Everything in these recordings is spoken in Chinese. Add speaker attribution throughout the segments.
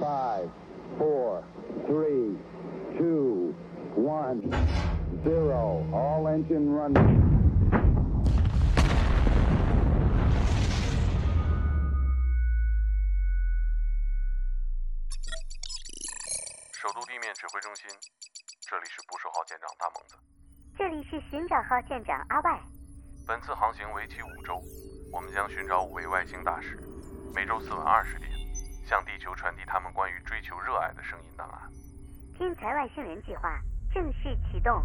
Speaker 1: five, four, three, two, one, zero. All engine running.
Speaker 2: 首都地面指挥中心，这里是捕手号舰长大猛子。
Speaker 3: 这里是寻找号舰长阿外，
Speaker 2: 本次航行为期五周，我们将寻找五位外星大使，每周四晚二十点，向地球传递他们关于追求热爱的声音档案。
Speaker 3: 天才外星人计划正式启动。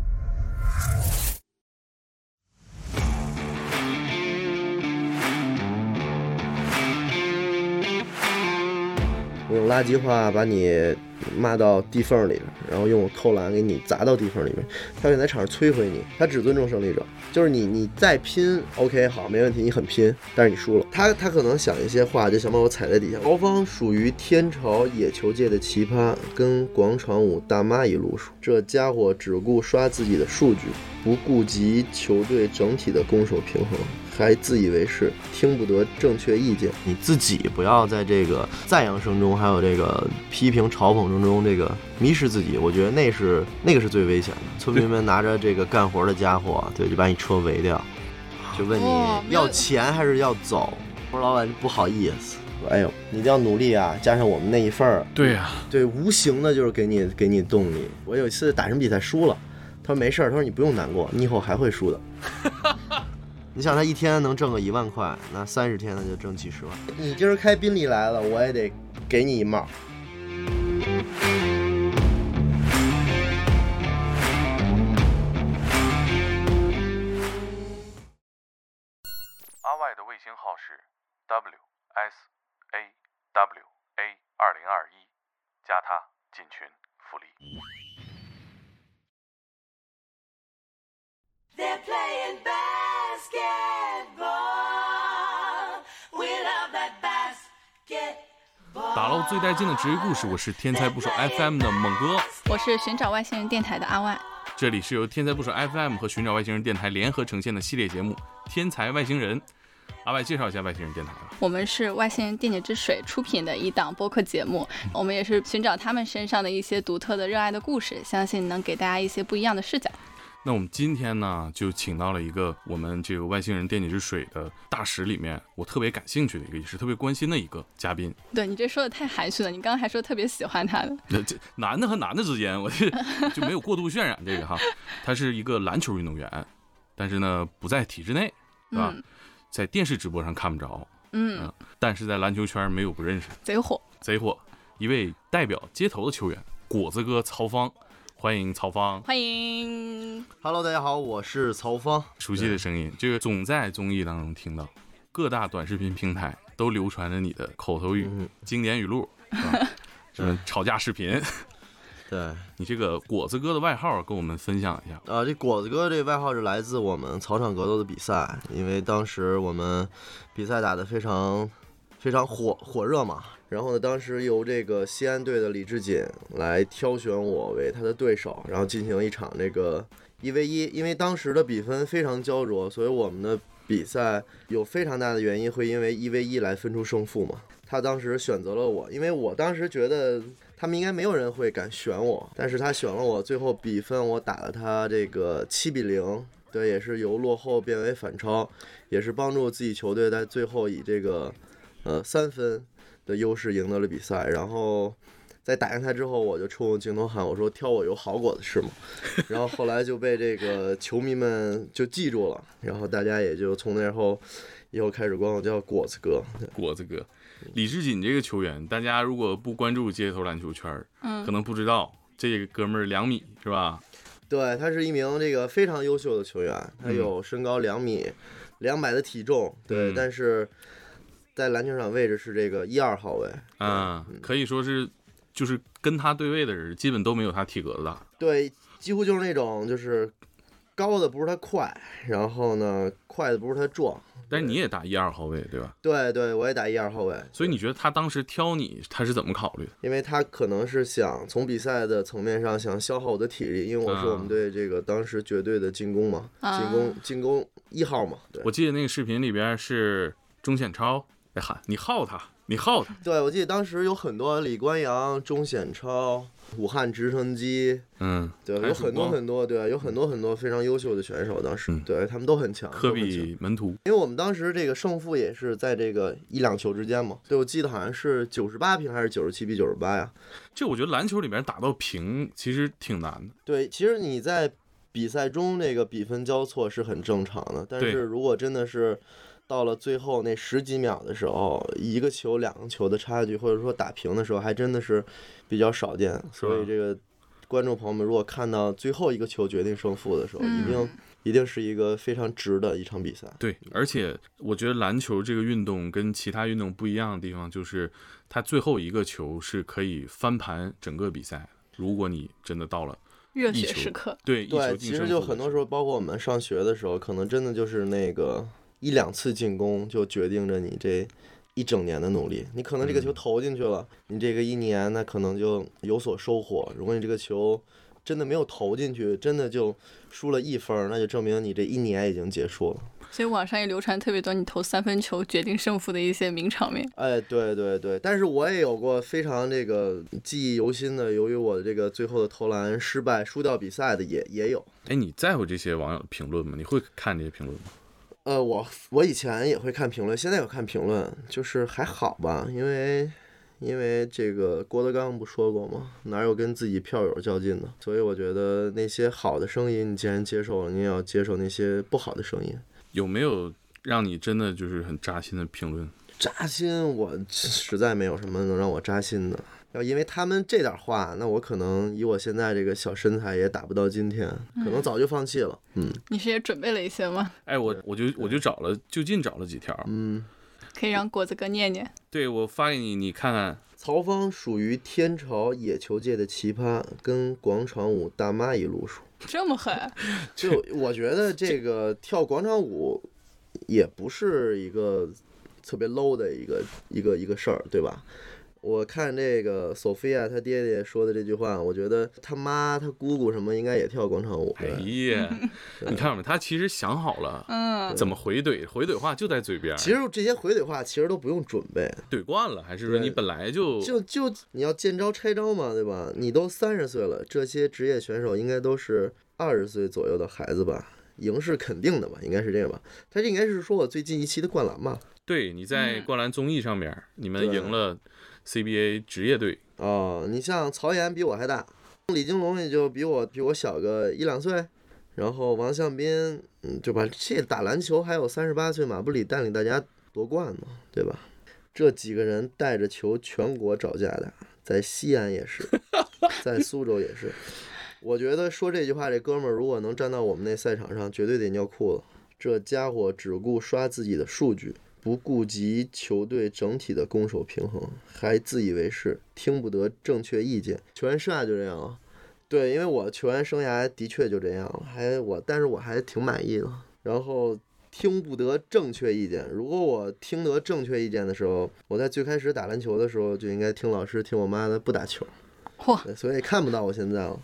Speaker 4: 我用垃圾话把你骂到地缝里边，然后用扣篮给你砸到地缝里面。他会在场上摧毁你，他只尊重胜利者，就是你，你再拼，OK，好，没问题，你很拼，但是你输了。他他可能想一些话，就想把我踩在底下。高芳属于天朝野球界的奇葩，跟广场舞大妈一路数。这家伙只顾刷自己的数据，不顾及球队整体的攻守平衡。还自以为是，听不得正确意见。
Speaker 5: 你自己不要在这个赞扬声中，还有这个批评嘲讽声中，这个迷失自己。我觉得那是那个是最危险的。村民们拿着这个干活的家伙，对，就把你车围掉，就问你
Speaker 6: 哦没有
Speaker 5: 要钱还是要走。我说老板 不好意思，
Speaker 4: 哎呦，你一定要努力啊！加上我们那一份儿，
Speaker 7: 对呀、
Speaker 4: 对，无形的就是给你给你动力。我有一次打什么比赛输了，他说没事儿，他说你不用难过，你以后还会输 的。
Speaker 5: 你想他一天能挣个一万块，那三十天他就挣几十万。
Speaker 4: 你今儿开宾利来了，我也得给你一帽。
Speaker 2: 阿外的卫星号是 W S A W A 二零二一，加他进群福利。
Speaker 8: They're playing basketball. We love that basketball.
Speaker 7: 打捞最带劲的职业故事，我是天才捕手 FM 的猛哥。
Speaker 6: 我是寻找外星人电台的阿万。
Speaker 7: 这里是由天才捕手 FM 和寻找外星人电台联合呈现的系列节目《天才外星人》。阿外介绍一下外星人电台吧。
Speaker 6: 我们是外星人电解质水出品的一档播客节目，
Speaker 4: 嗯
Speaker 6: 我们也是寻找他们身上的一些独特的热爱的故事，相信能给大家一些不一样的视角。
Speaker 7: 那我们今天呢，就请到了一个我们这个外星人电解质水的大使里面，我特别感兴趣的一个，也是特别关心的一个嘉宾。
Speaker 6: 对你这说的太含蓄了，你刚刚还说特别喜欢他的，
Speaker 7: 那这男的和男的之间，我这就没有过度渲染这个哈。他是一个篮球运动员，但是呢不在体制内，是吧？
Speaker 6: 嗯
Speaker 7: 在电视直播上看不着，
Speaker 6: 嗯
Speaker 7: 嗯，但是在篮球圈没有不认识的，
Speaker 6: 贼火。
Speaker 7: 贼火。一位代表街头的球员，果子哥曹芳，欢迎曹芳，
Speaker 6: 欢迎，
Speaker 4: Hello，大家好，我是曹芳。
Speaker 7: 熟悉的声音，这个总在综艺当中听到，各大短视频平台都流传着你的口头语、
Speaker 4: 嗯
Speaker 7: 经典语录，是吧什么吵架视频，
Speaker 4: 对，啊、
Speaker 7: 你这个果子哥的外号跟我们分享一下。
Speaker 4: 这果子哥这外号是来自我们草场格斗的比赛，因为当时我们比赛打得非常非常火火热嘛。然后呢，当时由这个西安队的李志锦来挑选我为他的对手，然后进行一场这个一 v 一，因为当时的比分非常焦灼，所以我们的比赛有非常大的原因会因为一 v 一来分出胜负嘛。他当时选择了我，因为我当时觉得他们应该没有人会敢选我，但是他选了我，最后比分我打了他这个七比零，对，也是由落后变为反超，也是帮助自己球队在最后以这个呃三分的优势赢得了比赛，然后。在打赢他之后，我就冲着镜头喊：“我说挑我有好果子吃吗？”然后后来就被这个球迷们就记住了，然后大家也就从那后以后开始管我叫果子哥。
Speaker 7: 果子哥，李志锦这个球员，大家如果不关注街头篮球圈儿，可
Speaker 6: 嗯，
Speaker 7: 能不知道这个哥们儿两米是吧？
Speaker 4: 对，他是一名这个非常优秀的球员，他
Speaker 7: 嗯
Speaker 4: 有身高两米两百的体重，对，
Speaker 7: 嗯
Speaker 4: 但是在篮球场位置是这个一二号位。
Speaker 7: 啊、
Speaker 4: 嗯
Speaker 7: 可以说是，就是跟他对位的人，基本都没有他体格子大。
Speaker 4: 对，几乎就是那种就是高的不是他快，然后呢快的不是他壮。
Speaker 7: 但是你也打一二号位，对吧？
Speaker 4: 对对，我也打一二号位，
Speaker 7: 所以你觉得他当时挑你，他是怎么考虑的？
Speaker 4: 因为他可能是想从比赛的层面上想消耗我的体力，因为我是我们
Speaker 7: 啊
Speaker 4: 队这个当时绝对的进攻嘛，进攻进攻一号嘛，对
Speaker 7: 我记得那个视频里边是钟显超在喊你耗他，你耗他，
Speaker 4: 对，我记得当时有很多李关阳、钟显超、武汉直升机，
Speaker 7: 嗯，
Speaker 4: 对，
Speaker 7: 还
Speaker 4: 有
Speaker 7: 曙
Speaker 4: 很多
Speaker 7: 光
Speaker 4: 很多，对，有很多很多非常优秀的选手，当时、
Speaker 7: 嗯
Speaker 4: 对他们都很强。
Speaker 7: 科
Speaker 4: 都很强
Speaker 7: 比门徒，
Speaker 4: 因为我们当时这个胜负也是在这个一两球之间嘛，对，我记得好像是九十八平还是九十七比九十八呀。
Speaker 7: 这我觉得篮球里面打到平其实挺难的，
Speaker 4: 对，其实你在比赛中这个比分交错是很正常的，但
Speaker 7: 对
Speaker 4: 是如果真的是到了最后那十几秒的时候，一个球、两个球的差距，或者说打平的时候，还真的是比较少见。所以
Speaker 7: 吧
Speaker 4: 这个观众朋友们，如果看到最后一个球决定胜负的时候，
Speaker 6: 嗯
Speaker 4: 一定一定是一个非常值的一场比赛。
Speaker 7: 对，而且我觉得篮球这个运动跟其他运动不一样的地方就是，它最后一个球是可以翻盘整个比赛，如果你真的到了
Speaker 6: 热
Speaker 7: 一
Speaker 6: 血
Speaker 7: 球
Speaker 6: 时刻，
Speaker 7: 对一球
Speaker 4: 对，
Speaker 7: 定
Speaker 4: 其
Speaker 7: 胜
Speaker 4: 实
Speaker 7: 负
Speaker 4: 就
Speaker 7: 的
Speaker 4: 很多
Speaker 7: 候
Speaker 4: 时候，包括我们上学的时候，可能真的就是那个一两次进攻就决定着你这一整年的努力。你可能这个
Speaker 7: 嗯
Speaker 4: 球投进去了，你这个一年那可能就有所收获。如果你这个球真的没有投进去，真的就输了一分儿，那就证明你这一年已经结束了。
Speaker 6: 所以网上也流传特别多你投三分球决定胜负的一些名场面。
Speaker 4: 哎，对对对，但是我也有过非常这个记忆犹新的，由于我的这个最后的投篮失败输掉比赛的也也有。
Speaker 7: 哎，你在乎这些网友的评论吗？你会看这些评论吗？
Speaker 4: 呃，我我以前也会看评论，现在有看评论，就是还好吧，因为因为这个郭德纲不说过吗？哪有跟自己票友较劲的？所以我觉得那些好的声音，你既然接受了，你也要接受那些不好的声音。
Speaker 7: 有没有让你真的就是很扎心的评论？
Speaker 4: 扎心，我实在没有什么能让我扎心的。要因为他们这点话，那我可能以我现在这个小身材也打不到今天，可能早就放弃了。嗯
Speaker 6: 你是也准备了一些吗？
Speaker 7: 哎，我我就我就找了就近找了几条，
Speaker 4: 嗯，
Speaker 6: 可以让果子哥念念。
Speaker 7: 对我发给你，你看看。
Speaker 4: 曹芳属于天朝野球界的奇葩，跟广场舞大妈一路数。
Speaker 6: 这么狠，
Speaker 4: 就我觉得这个跳广场舞也不是一个特别 low 的一个一个一个事儿，对吧？我看这个索菲亚她爹爹说的这句话，我觉得他妈、他姑姑什么应该也跳广场舞。
Speaker 7: 哎
Speaker 4: 对
Speaker 7: 呀， 你看到没？他其实想好了，
Speaker 6: 嗯，
Speaker 7: 怎么回怼，回怼话就在嘴边儿，
Speaker 4: 其实这些回怼话其实都不用准备，
Speaker 7: 怼惯了，还是说
Speaker 4: 对
Speaker 7: 你本来就
Speaker 4: 就就你要见招拆招嘛，对吧？你都三十岁了，这些职业选手应该都是二十岁左右的孩子吧？赢是肯定的吧？应该是这样吧？他这应该是说我最近一期的灌篮吧？
Speaker 7: 对你在
Speaker 6: 嗯
Speaker 7: 灌篮综艺上面，你们
Speaker 4: 对
Speaker 7: 赢了 CBA 职业队，
Speaker 4: 哦，你像曹岩比我还大，李金龙也就比我比我小个一两岁，然后王向斌，嗯，对吧？这打篮球还有三十八岁马布里带领大家夺冠嘛，对吧？这几个人带着球全国找架打，在西安也是，在苏州也是。我觉得说这句话，这哥们儿如果能站到我们那赛场上，绝对得尿裤子。这家伙只顾刷自己的数据，不顾及球队整体的攻守平衡，还自以为是，听不得正确意见。球员生涯就这样了，对，因为我球员生涯的确就这样了，还我，但是我还挺满意的。然后听不得正确意见，如果我听得正确意见的时候，我在最开始打篮球的时候就应该听老师、听我妈的，不打球。
Speaker 6: 嚯，
Speaker 4: 对，所以看不到我现在了。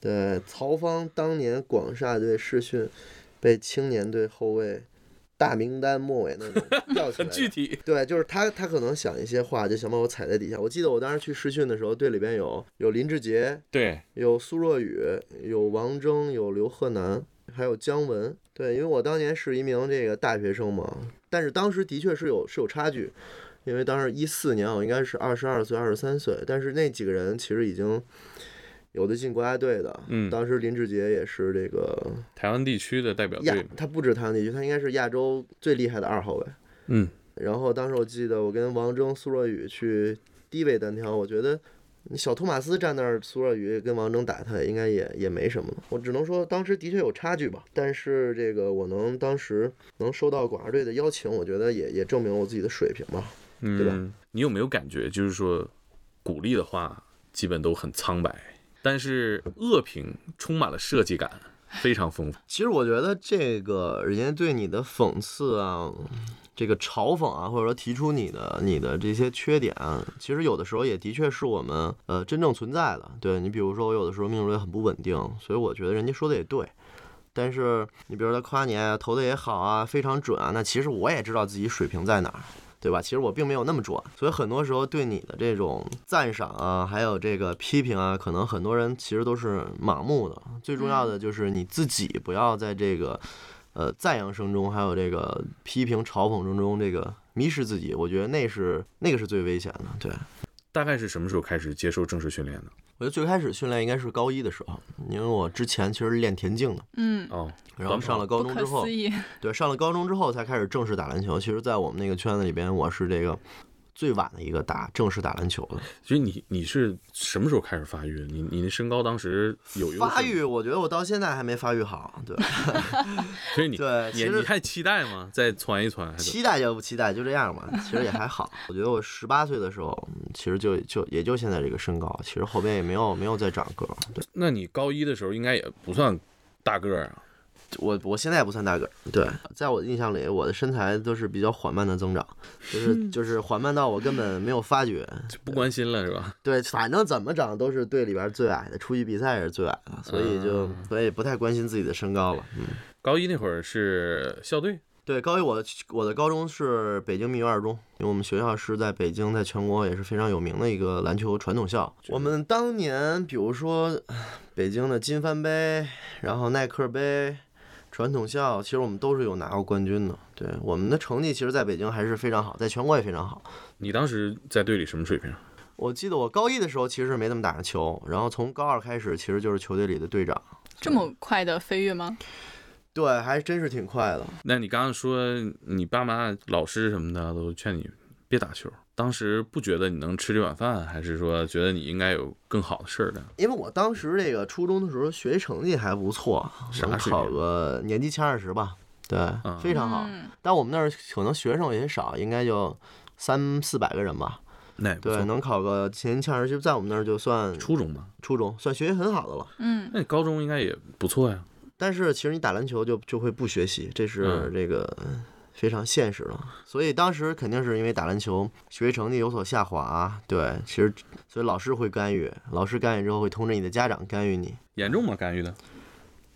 Speaker 4: 对，曹芳当年广厦队试训，被青年队后卫大名单末尾那种吊起来
Speaker 7: 很具
Speaker 4: 的。
Speaker 7: 体。
Speaker 4: 对，就是他，他可能想一些话，就想把我踩在底下。我记得我当时去试训的时候，队里边有有林志杰，
Speaker 7: 对，
Speaker 4: 有苏若雨，有王铮，有刘贺南，还有姜文。对，因为我当年是一名这个大学生嘛，但是当时的确是有是有差距，因为当时一四年啊我应该是二十二岁、二十三岁，但是那几个人其实已经有的进国家队的。
Speaker 7: 嗯
Speaker 4: 当时林志杰也是这个
Speaker 7: 台湾地区的代表
Speaker 4: 亚
Speaker 7: 队嘛，，
Speaker 4: 他不止台湾地区，他应该是亚洲最厉害的二号位。
Speaker 7: 嗯，
Speaker 4: 然后当时我记得我跟王铮、苏若雨去低位单挑，我觉得你小托马斯站那儿，苏若雨跟王铮打他应该也也没什么了。我只能说当时的确有差距吧，但是这个我能当时能收到广二队的邀请，我觉得也也证明我自己的水平吧。对吧
Speaker 7: 嗯，你有没有感觉就是说，鼓励的话基本都很苍白，但是恶评充满了设计感，非常丰富。
Speaker 9: 其实我觉得这个人家对你的讽刺啊，这个嘲讽啊，或者说提出你的你的这些缺点啊、其实有的时候也的确是我们呃真正存在的。对你比如说，我有的时候命中率很不稳定，所以我觉得人家说的也对。但
Speaker 4: 哎
Speaker 9: 是你比如说他夸你啊投的也好啊，非常准啊，那其实我也知道自己水平在哪儿。
Speaker 4: 对吧？其实我并没有那么准，所以很多时候对你的这种赞赏啊，还有这个批评啊，可能很多人其实都是盲目的。最重要的就是你自己不要在这个呃赞扬声中，还有这个批评嘲讽声中，这个迷失自己。我觉得那是那个是最危险的。对
Speaker 7: 大概是什么时候开始接受正式训练的？
Speaker 4: 我觉得最开始训练应该是高一的时候，因为我之前其实练田径的，
Speaker 6: 嗯，
Speaker 7: 哦，
Speaker 4: 然后上了高
Speaker 6: 不
Speaker 4: 中
Speaker 6: 可
Speaker 4: 之后
Speaker 6: 思，议，
Speaker 4: 对，上了高中之后才开始正式打篮球。其实，在我们那个圈子里边，我是这个最晚的一个打正式打篮球的。
Speaker 7: 其实你你是什么时候开始发育？你你那身高当时有优势吗
Speaker 4: 发育，，我觉得我到现在还没发育好。 对，
Speaker 7: 所以你
Speaker 4: 对
Speaker 7: 你
Speaker 4: 其实
Speaker 7: 你还期待吗？再攒一攒，还是
Speaker 4: 期待就不期待，就这样吧。其实也还好。我觉得我十八岁的时候，嗯其实就就也就现在这个身高，其实后边也没有没有再长个儿。对，
Speaker 7: 那你高一的时候应该也不算大个儿啊。
Speaker 4: 我我现在也不算大个儿。对，在我的印象里，我的身材都是比较缓慢的增长，就是就是缓慢到我根本没有发觉。
Speaker 7: 就不关心了是吧？
Speaker 4: 对，反正怎么长都是队里边最矮的，出去比赛也是最矮的，所以就、所以不太关心自己的身高了。嗯，
Speaker 7: 高一那会儿是校队，
Speaker 4: 对，高一我的我的高中是北京密云二中，因为我们学校是在北京，在全国也是非常有名的一个篮球传统校。我们当年比如说北京的金帆杯，然后耐克杯。传统校其实我们都是有拿过冠军的，对我们的成绩其实在北京还是非常好，在全国也非常好。
Speaker 7: 你当时在队里什么水平？
Speaker 4: 我记得我高一的时候其实没怎么打上球，然后从高二开始其实就是球队里的队长，
Speaker 6: 这么快的飞跃吗？
Speaker 4: 对，还真是挺快的。
Speaker 7: 那你刚刚说你爸妈、老师什么的都劝你别打球，当时不觉得你能吃这碗饭，还是说觉得你应该有更好的事儿干？
Speaker 4: 因为我当时这个初中的时候学习成绩还不错，
Speaker 7: 啥
Speaker 4: 能
Speaker 7: 水
Speaker 4: 考
Speaker 7: 平嗯
Speaker 4: 个年级前二十吧，对，非常好。
Speaker 6: 嗯
Speaker 4: 但我们那儿可能学生也少，应该就三四百个人吧，
Speaker 7: 那也不
Speaker 4: 对，
Speaker 7: 错，
Speaker 4: 能考个年级前二十，在我们那儿就算初
Speaker 7: 初中吧，
Speaker 4: 初中算学习很好的了。
Speaker 6: 嗯，
Speaker 7: 那你高中应该也不错呀。
Speaker 4: 但是其实你打篮球就就会不学习，这是
Speaker 7: 嗯
Speaker 4: 这个嗯非常现实的。所以当时肯定是因为打篮球学习成绩有所下滑，啊对，其实所以老师会干预，老师干预之后会通知你的家长干预你，
Speaker 7: 严重吗？干预的？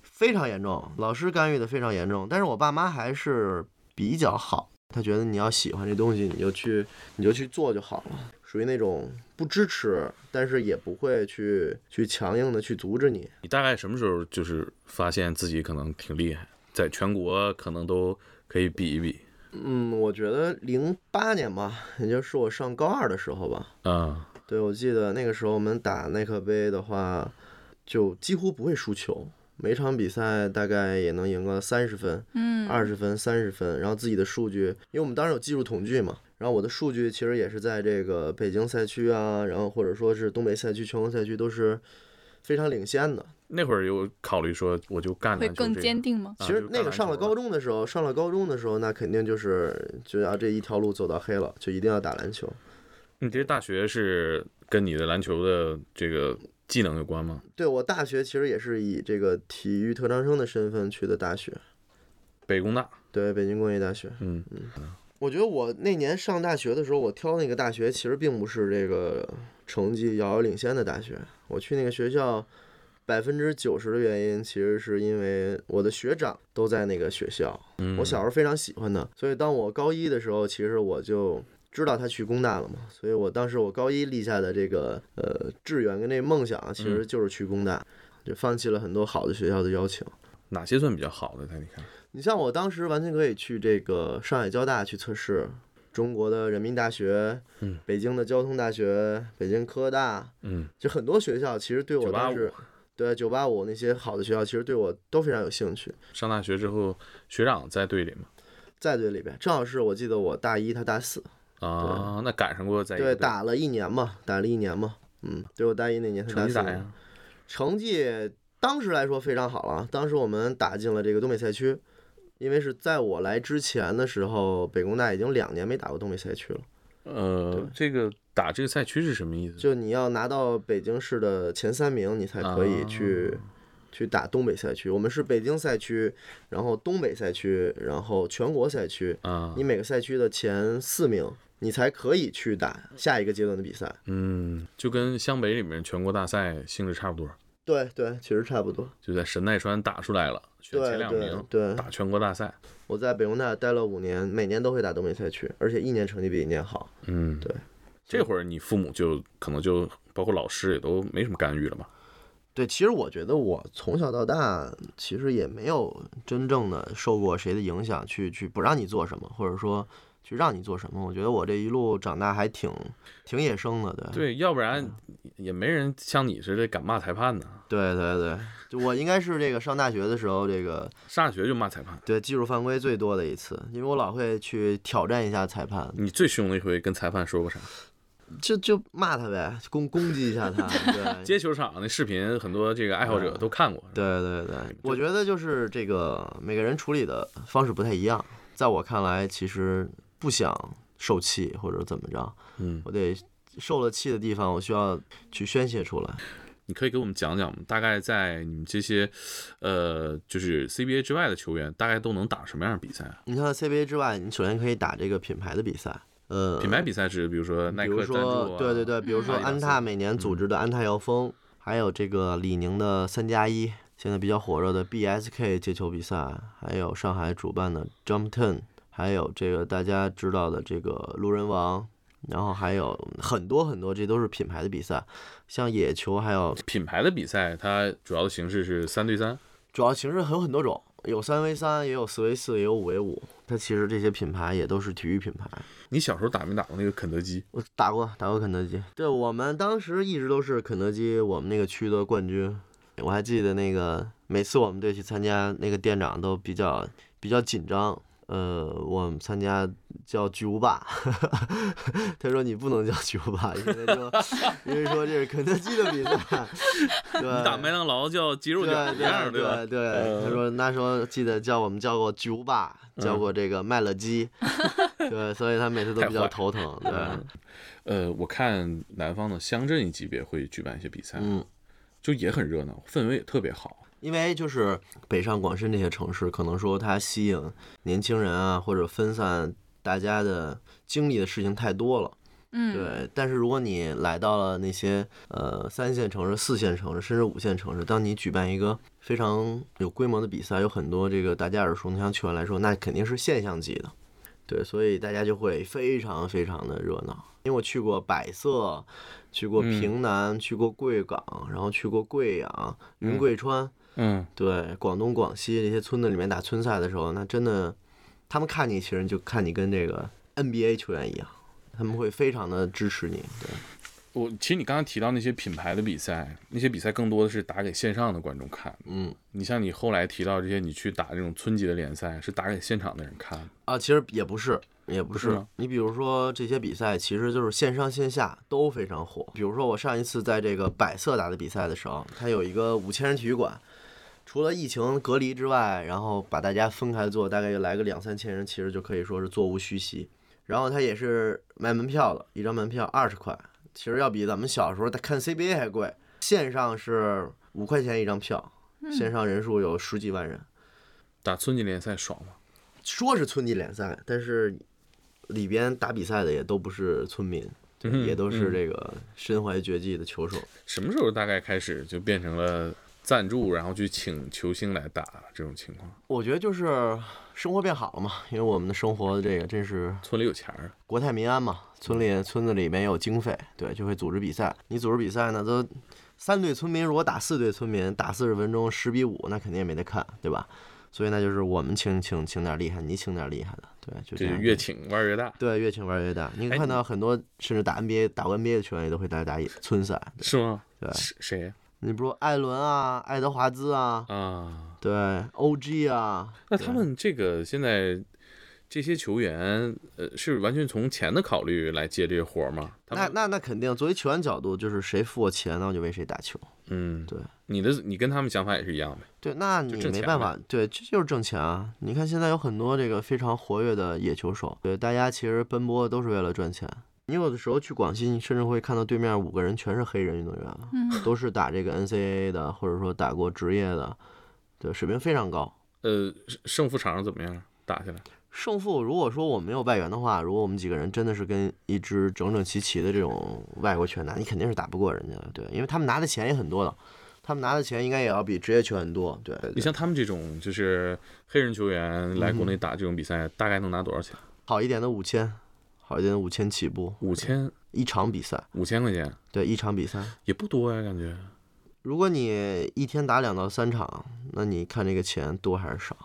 Speaker 4: 非常严重，老师干预的非常严重。但是我爸妈还是比较好，他觉得你要喜欢这东西，你就去你就去做就好了，属于那种不支持，但是也不会去去强硬的去阻止你。
Speaker 7: 你大概什么时候就是发现自己可能挺厉害，在全国可能都可以比一比
Speaker 4: 嗯，我觉得零八年吧，也就是我上高二的时候吧。
Speaker 7: 啊？
Speaker 4: 对，我记得那个时候我们打耐克杯的话，就几乎不会输球，每场比赛大概也能赢个三十分，嗯，二十分、三十分，然后自己的数据，因为我们当时有技术统计嘛，然后我的数据其实也是在这个北京赛区啊，然后或者说是东北赛区、全国赛区都是非常领先的。
Speaker 7: 那会儿有考虑说我就干
Speaker 6: 会
Speaker 7: 篮球
Speaker 6: 更
Speaker 7: 这
Speaker 6: 坚
Speaker 7: 个
Speaker 6: 定吗？
Speaker 7: 啊
Speaker 4: 其
Speaker 7: 就
Speaker 4: 实
Speaker 7: 是
Speaker 4: 那个
Speaker 7: 干
Speaker 4: 上
Speaker 7: 篮
Speaker 4: 了
Speaker 7: 球
Speaker 4: 高中的时候，上了高中的时候，那肯定就是就要这一条路走到黑了，就一定要打篮球。
Speaker 7: 你这大学是跟你的篮球的这个技能有关吗？
Speaker 4: 对我大学其实也是以这个体育特长生的身份去的大学，
Speaker 7: 北工大，
Speaker 4: 对，北京工业大学。
Speaker 7: 嗯，
Speaker 4: 我觉得我那年上大学的时候，我挑那个大学其实并不是这个成绩遥遥领先的大学。我去那个学校，百分之九十的原因其实是因为我的学长都在那个学校，我小时候非常喜欢他，所以当我高一的时候，其实我就知道他去工大了嘛，所以我当时我高一立下的这个呃志愿跟这梦想啊，其实就是去工大，就放弃了很多好的学校的邀请。
Speaker 7: 哪些算比较好的？在你看，
Speaker 4: 你像我当时完全可以去这个上海交大去测试，中国的人民大学，
Speaker 7: 嗯
Speaker 4: 北京的交通大学，北京科大，
Speaker 7: 嗯，
Speaker 4: 就很多学校其实对我当时
Speaker 7: 985，
Speaker 4: 对九八五那些好的学校，其实对我都非常有兴趣。
Speaker 7: 上大学之后，学长在队里吗？
Speaker 4: 在队里边，正好是我记得我大一，他大四，
Speaker 7: 啊，那赶上过在一个
Speaker 4: 对，
Speaker 7: 队
Speaker 4: 打了一年嘛，打了一年嘛，嗯，对我大一那年，他
Speaker 7: 成
Speaker 4: 大
Speaker 7: 绩
Speaker 4: 四
Speaker 7: 咋
Speaker 4: 那年
Speaker 7: 样？
Speaker 4: 成绩当时来说非常好了，当时我们打进了这个东北赛区，因为是在我来之前的时候，北工大已经两年没打过东北赛区了。
Speaker 7: 呃，这个打这个赛区是什么意思？
Speaker 4: 就你要拿到北京市的前三名，你才可以去、去打东北赛区。我们是北京赛区，然后东北赛区，然后全国赛区，
Speaker 7: 啊
Speaker 4: 你，每个赛区的前四名，你才可以去打下一个阶段的比赛。
Speaker 7: 嗯，就跟湘北里面全国大赛性质差不多。
Speaker 4: 对对，其实差不多。
Speaker 7: 就在神奈川打出来了，选前
Speaker 4: 对
Speaker 7: 两
Speaker 4: 对
Speaker 7: 名
Speaker 4: 对
Speaker 7: 打全国大赛。
Speaker 4: 我在北工大待了五年，每年都会打东北赛区，而且一年成绩比一年好。
Speaker 7: 嗯，
Speaker 4: 对。
Speaker 7: 这会儿你父母就可能就包括老师也都没什么干预了吧？
Speaker 4: 对，其实我觉得我从小到大，其实也没有真正的受过谁的影响去，去不让你做什么，或者说去让你做什么。我觉得我这一路长大还挺挺野生的，对
Speaker 7: 对，要不然也没人像你似的敢骂裁判呢。
Speaker 4: 对对对，就我应该是这个上大学的时候，这个
Speaker 7: 上学就骂裁判，
Speaker 4: 对技术犯规最多的一次，因为我老会去挑战一下裁判，
Speaker 7: 你最凶的一回跟裁判说过啥？
Speaker 4: 就就骂他呗，攻攻击一下他，对，
Speaker 7: 接球场那视频，很多这个爱好者都看过。
Speaker 4: 嗯对对对，我觉得就是这个每个人处理的方式不太一样。在我看来，其实不想受气或者怎么着，
Speaker 7: 嗯，
Speaker 4: 我得受了气的地方，我需要去宣泄出来。
Speaker 7: 你可以给我们讲讲吗？大概在你们这些，呃，就是 CBA 之外的球员，大概都能打什么样的比赛啊？
Speaker 4: 你看 CBA 之外，你首先可以打这个品牌的比赛，呃，
Speaker 7: 品牌比赛是比如说
Speaker 4: 比
Speaker 7: 耐
Speaker 4: 如
Speaker 7: 克赞助
Speaker 4: 说
Speaker 7: 啊，
Speaker 4: 对对对，比如说
Speaker 7: 阿迪达
Speaker 4: 安
Speaker 7: 斯嗯
Speaker 4: 踏每年组织的安踏摇风，还有这个李宁的三加一，现在比较火热的 BSK 接球比赛，还有上海主办的 Jump Ten，还有这个大家知道的这个路人王，然后还有很多很多，这都是品牌的比赛，像野球还有
Speaker 7: 品牌的比赛，它主要的形式是三对三，
Speaker 4: 主要形式还有很多种，有三 v 三，也有四 v 四，也有五 v 五。它其实这些品牌也都是体育品牌。
Speaker 7: 你小时候打没打过那个肯德基？
Speaker 4: 我打过打过肯德基，对我们当时一直都是肯德基我们那个区的冠军。我还记得那个每次我们队去参加，那个店长都比较比较紧张。呃，我们参加叫巨无霸， 他说你不能叫巨无霸，因为他说因为说这是肯德基的比赛，对，
Speaker 7: 你打麦当劳叫鸡肉
Speaker 4: 对
Speaker 7: 卷一样，
Speaker 4: 对
Speaker 7: 吧？
Speaker 4: 对
Speaker 7: 嗯
Speaker 4: 他说那时候记得叫我们叫过巨无霸，叫过这个麦乐 鸡，对，所以他每次都
Speaker 7: 太
Speaker 4: 比较
Speaker 7: 坏
Speaker 4: 头疼，对。
Speaker 7: 呃，我看南方的乡镇级别会举办一些比赛，啊
Speaker 4: 嗯，
Speaker 7: 就也很热闹，氛围也特别好。
Speaker 4: 因为就是北上广深这些城市，可能说它吸引年轻人啊，或者分散大家的精力的事情太多了。
Speaker 6: 嗯，
Speaker 4: 对，但是如果你来到了那些呃三线城市、四线城市，甚至五线城市，当你举办一个非常有规模的比赛，有很多这个大家耳熟能详球员来说，那肯定是现象级的。对，所以大家就会非常非常的热闹。因为我去过百色，去过平南，去过贵港，然后去过贵阳、云贵川，
Speaker 7: 嗯，
Speaker 4: 对，广东、广西这些村子里面打村赛的时候，那真的，他们看你其实就看你跟这个 NBA 球员一样，他们会非常的支持你。对，
Speaker 7: 我其实你刚刚提到那些品牌的比赛，那些比赛更多的是打给线上的观众看。
Speaker 4: 嗯，
Speaker 7: 你像你后来提到这些，你去打这种村级的联赛，是打给现场的人看的。
Speaker 4: 啊，其实也不是，也不
Speaker 7: 是
Speaker 4: 是
Speaker 7: 吗。
Speaker 4: 你比如说这些比赛，其实就是线上线下都非常火。比如说我上一次在这个百色打的比赛的时候，它有一个五千人体育馆。除了疫情隔离之外，然后把大家分开坐，大概来个两三千人，其实就可以说是座无虚席。然后它也是卖门票的，一张门票二十块，其实要比咱们小时候看 CBA 还贵。线上是五块钱一张票，线上人数有十几万人。
Speaker 7: 打村级联赛爽吗？
Speaker 4: 说是村级联赛，但是里边打比赛的也都不是村民，对
Speaker 7: 嗯
Speaker 4: 也都是这个身怀绝技的球手。
Speaker 7: 什么时候大概开始就变成了赞助，然后去请球星来打这种情况？
Speaker 4: 我觉得就是生活变好了嘛，因为我们的生活这个真是
Speaker 7: 村里有钱儿，
Speaker 4: 国泰民安嘛，村里村子里面有经费，对，就会组织比赛。你组织比赛呢，都三队村民如果打四队村民，打四十分钟十比五，那肯定也没得看，对吧？所以那就是我们请请请点厉害，你请点厉害的，对，就这
Speaker 7: 这
Speaker 4: 样
Speaker 7: 越请腕儿越大。
Speaker 4: 对，越请玩越大。
Speaker 7: 哎
Speaker 4: 你看到很多甚至打 NBA、打过 NBA 的球员也都会打打野村赛。对
Speaker 7: 是吗？
Speaker 4: 对
Speaker 7: 是谁呀
Speaker 4: 你比如艾伦啊、爱德华兹啊，
Speaker 7: 啊？
Speaker 4: 对，OG 啊，
Speaker 7: 那他们这个现在这些球员，呃，是完全从钱的考虑来接这个活儿吗？他
Speaker 4: 那
Speaker 7: 们
Speaker 4: 那那肯定，作为球员角度，就是谁付我钱，那我就为谁打球。
Speaker 7: 嗯，
Speaker 4: 对，
Speaker 7: 你的你跟他们想法也是一样的。
Speaker 4: 对，那
Speaker 7: 就
Speaker 4: 你
Speaker 7: 挣
Speaker 4: 没
Speaker 7: 钱
Speaker 4: 办
Speaker 7: 呗
Speaker 4: 法，对，这就是挣钱啊！你看现在有很多这个非常活跃的野球手，对，大家其实奔波都是为了赚钱。你有的时候去广西，你甚至会看到对面五个人全是黑人运动员啊，都是打这个 NCAA 的，或者说打过职业的，对，水平非常高。
Speaker 7: 呃，胜胜负场怎么样？打起来，
Speaker 4: 胜负，如果说我没有外援的话，如果我们几个人真的是跟一支整整齐齐的这种外国拳打，你肯定是打不过人家的，对，因为他们拿的钱也很多的，他们拿的钱应该也要比职业球员多。对，
Speaker 7: 你像他们这种就是黑人球员来国
Speaker 4: 嗯
Speaker 7: 内打这种比赛，大概能拿多少钱？
Speaker 4: 好一点的五千，好一点的五千起步，
Speaker 7: 五千
Speaker 4: 一场比赛，
Speaker 7: 五千块钱
Speaker 4: 对，一场比赛。
Speaker 7: 也不多呀，感觉。
Speaker 4: 如果你一天打两到三场，那你看这个钱多还是少？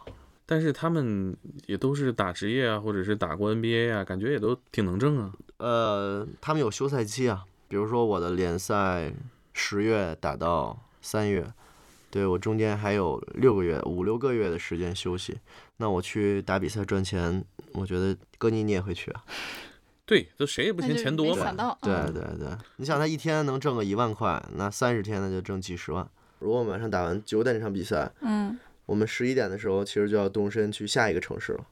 Speaker 7: 但是他们也都是打职业啊，或者是打过 NBA 啊，感觉也都挺能挣啊。
Speaker 4: 呃，他们有休赛期啊，比如说我的联赛十月打到三月，对我中间还有六个月、五六个月的时间休息，那我去打比赛赚钱，我觉得哥尼你也会去啊。
Speaker 7: 对，这谁也不
Speaker 6: 那
Speaker 7: 嫌
Speaker 6: 就
Speaker 7: 钱多
Speaker 6: 没
Speaker 7: 嘛
Speaker 6: 想。到，
Speaker 4: 对
Speaker 6: 嗯
Speaker 4: 对对，你想他一天能挣个一万块，那三十天那就挣几十万。如果我们晚上打完九点这场比赛，
Speaker 6: 嗯，
Speaker 4: 我们十一点的时候其实就要动身去下一个城市了。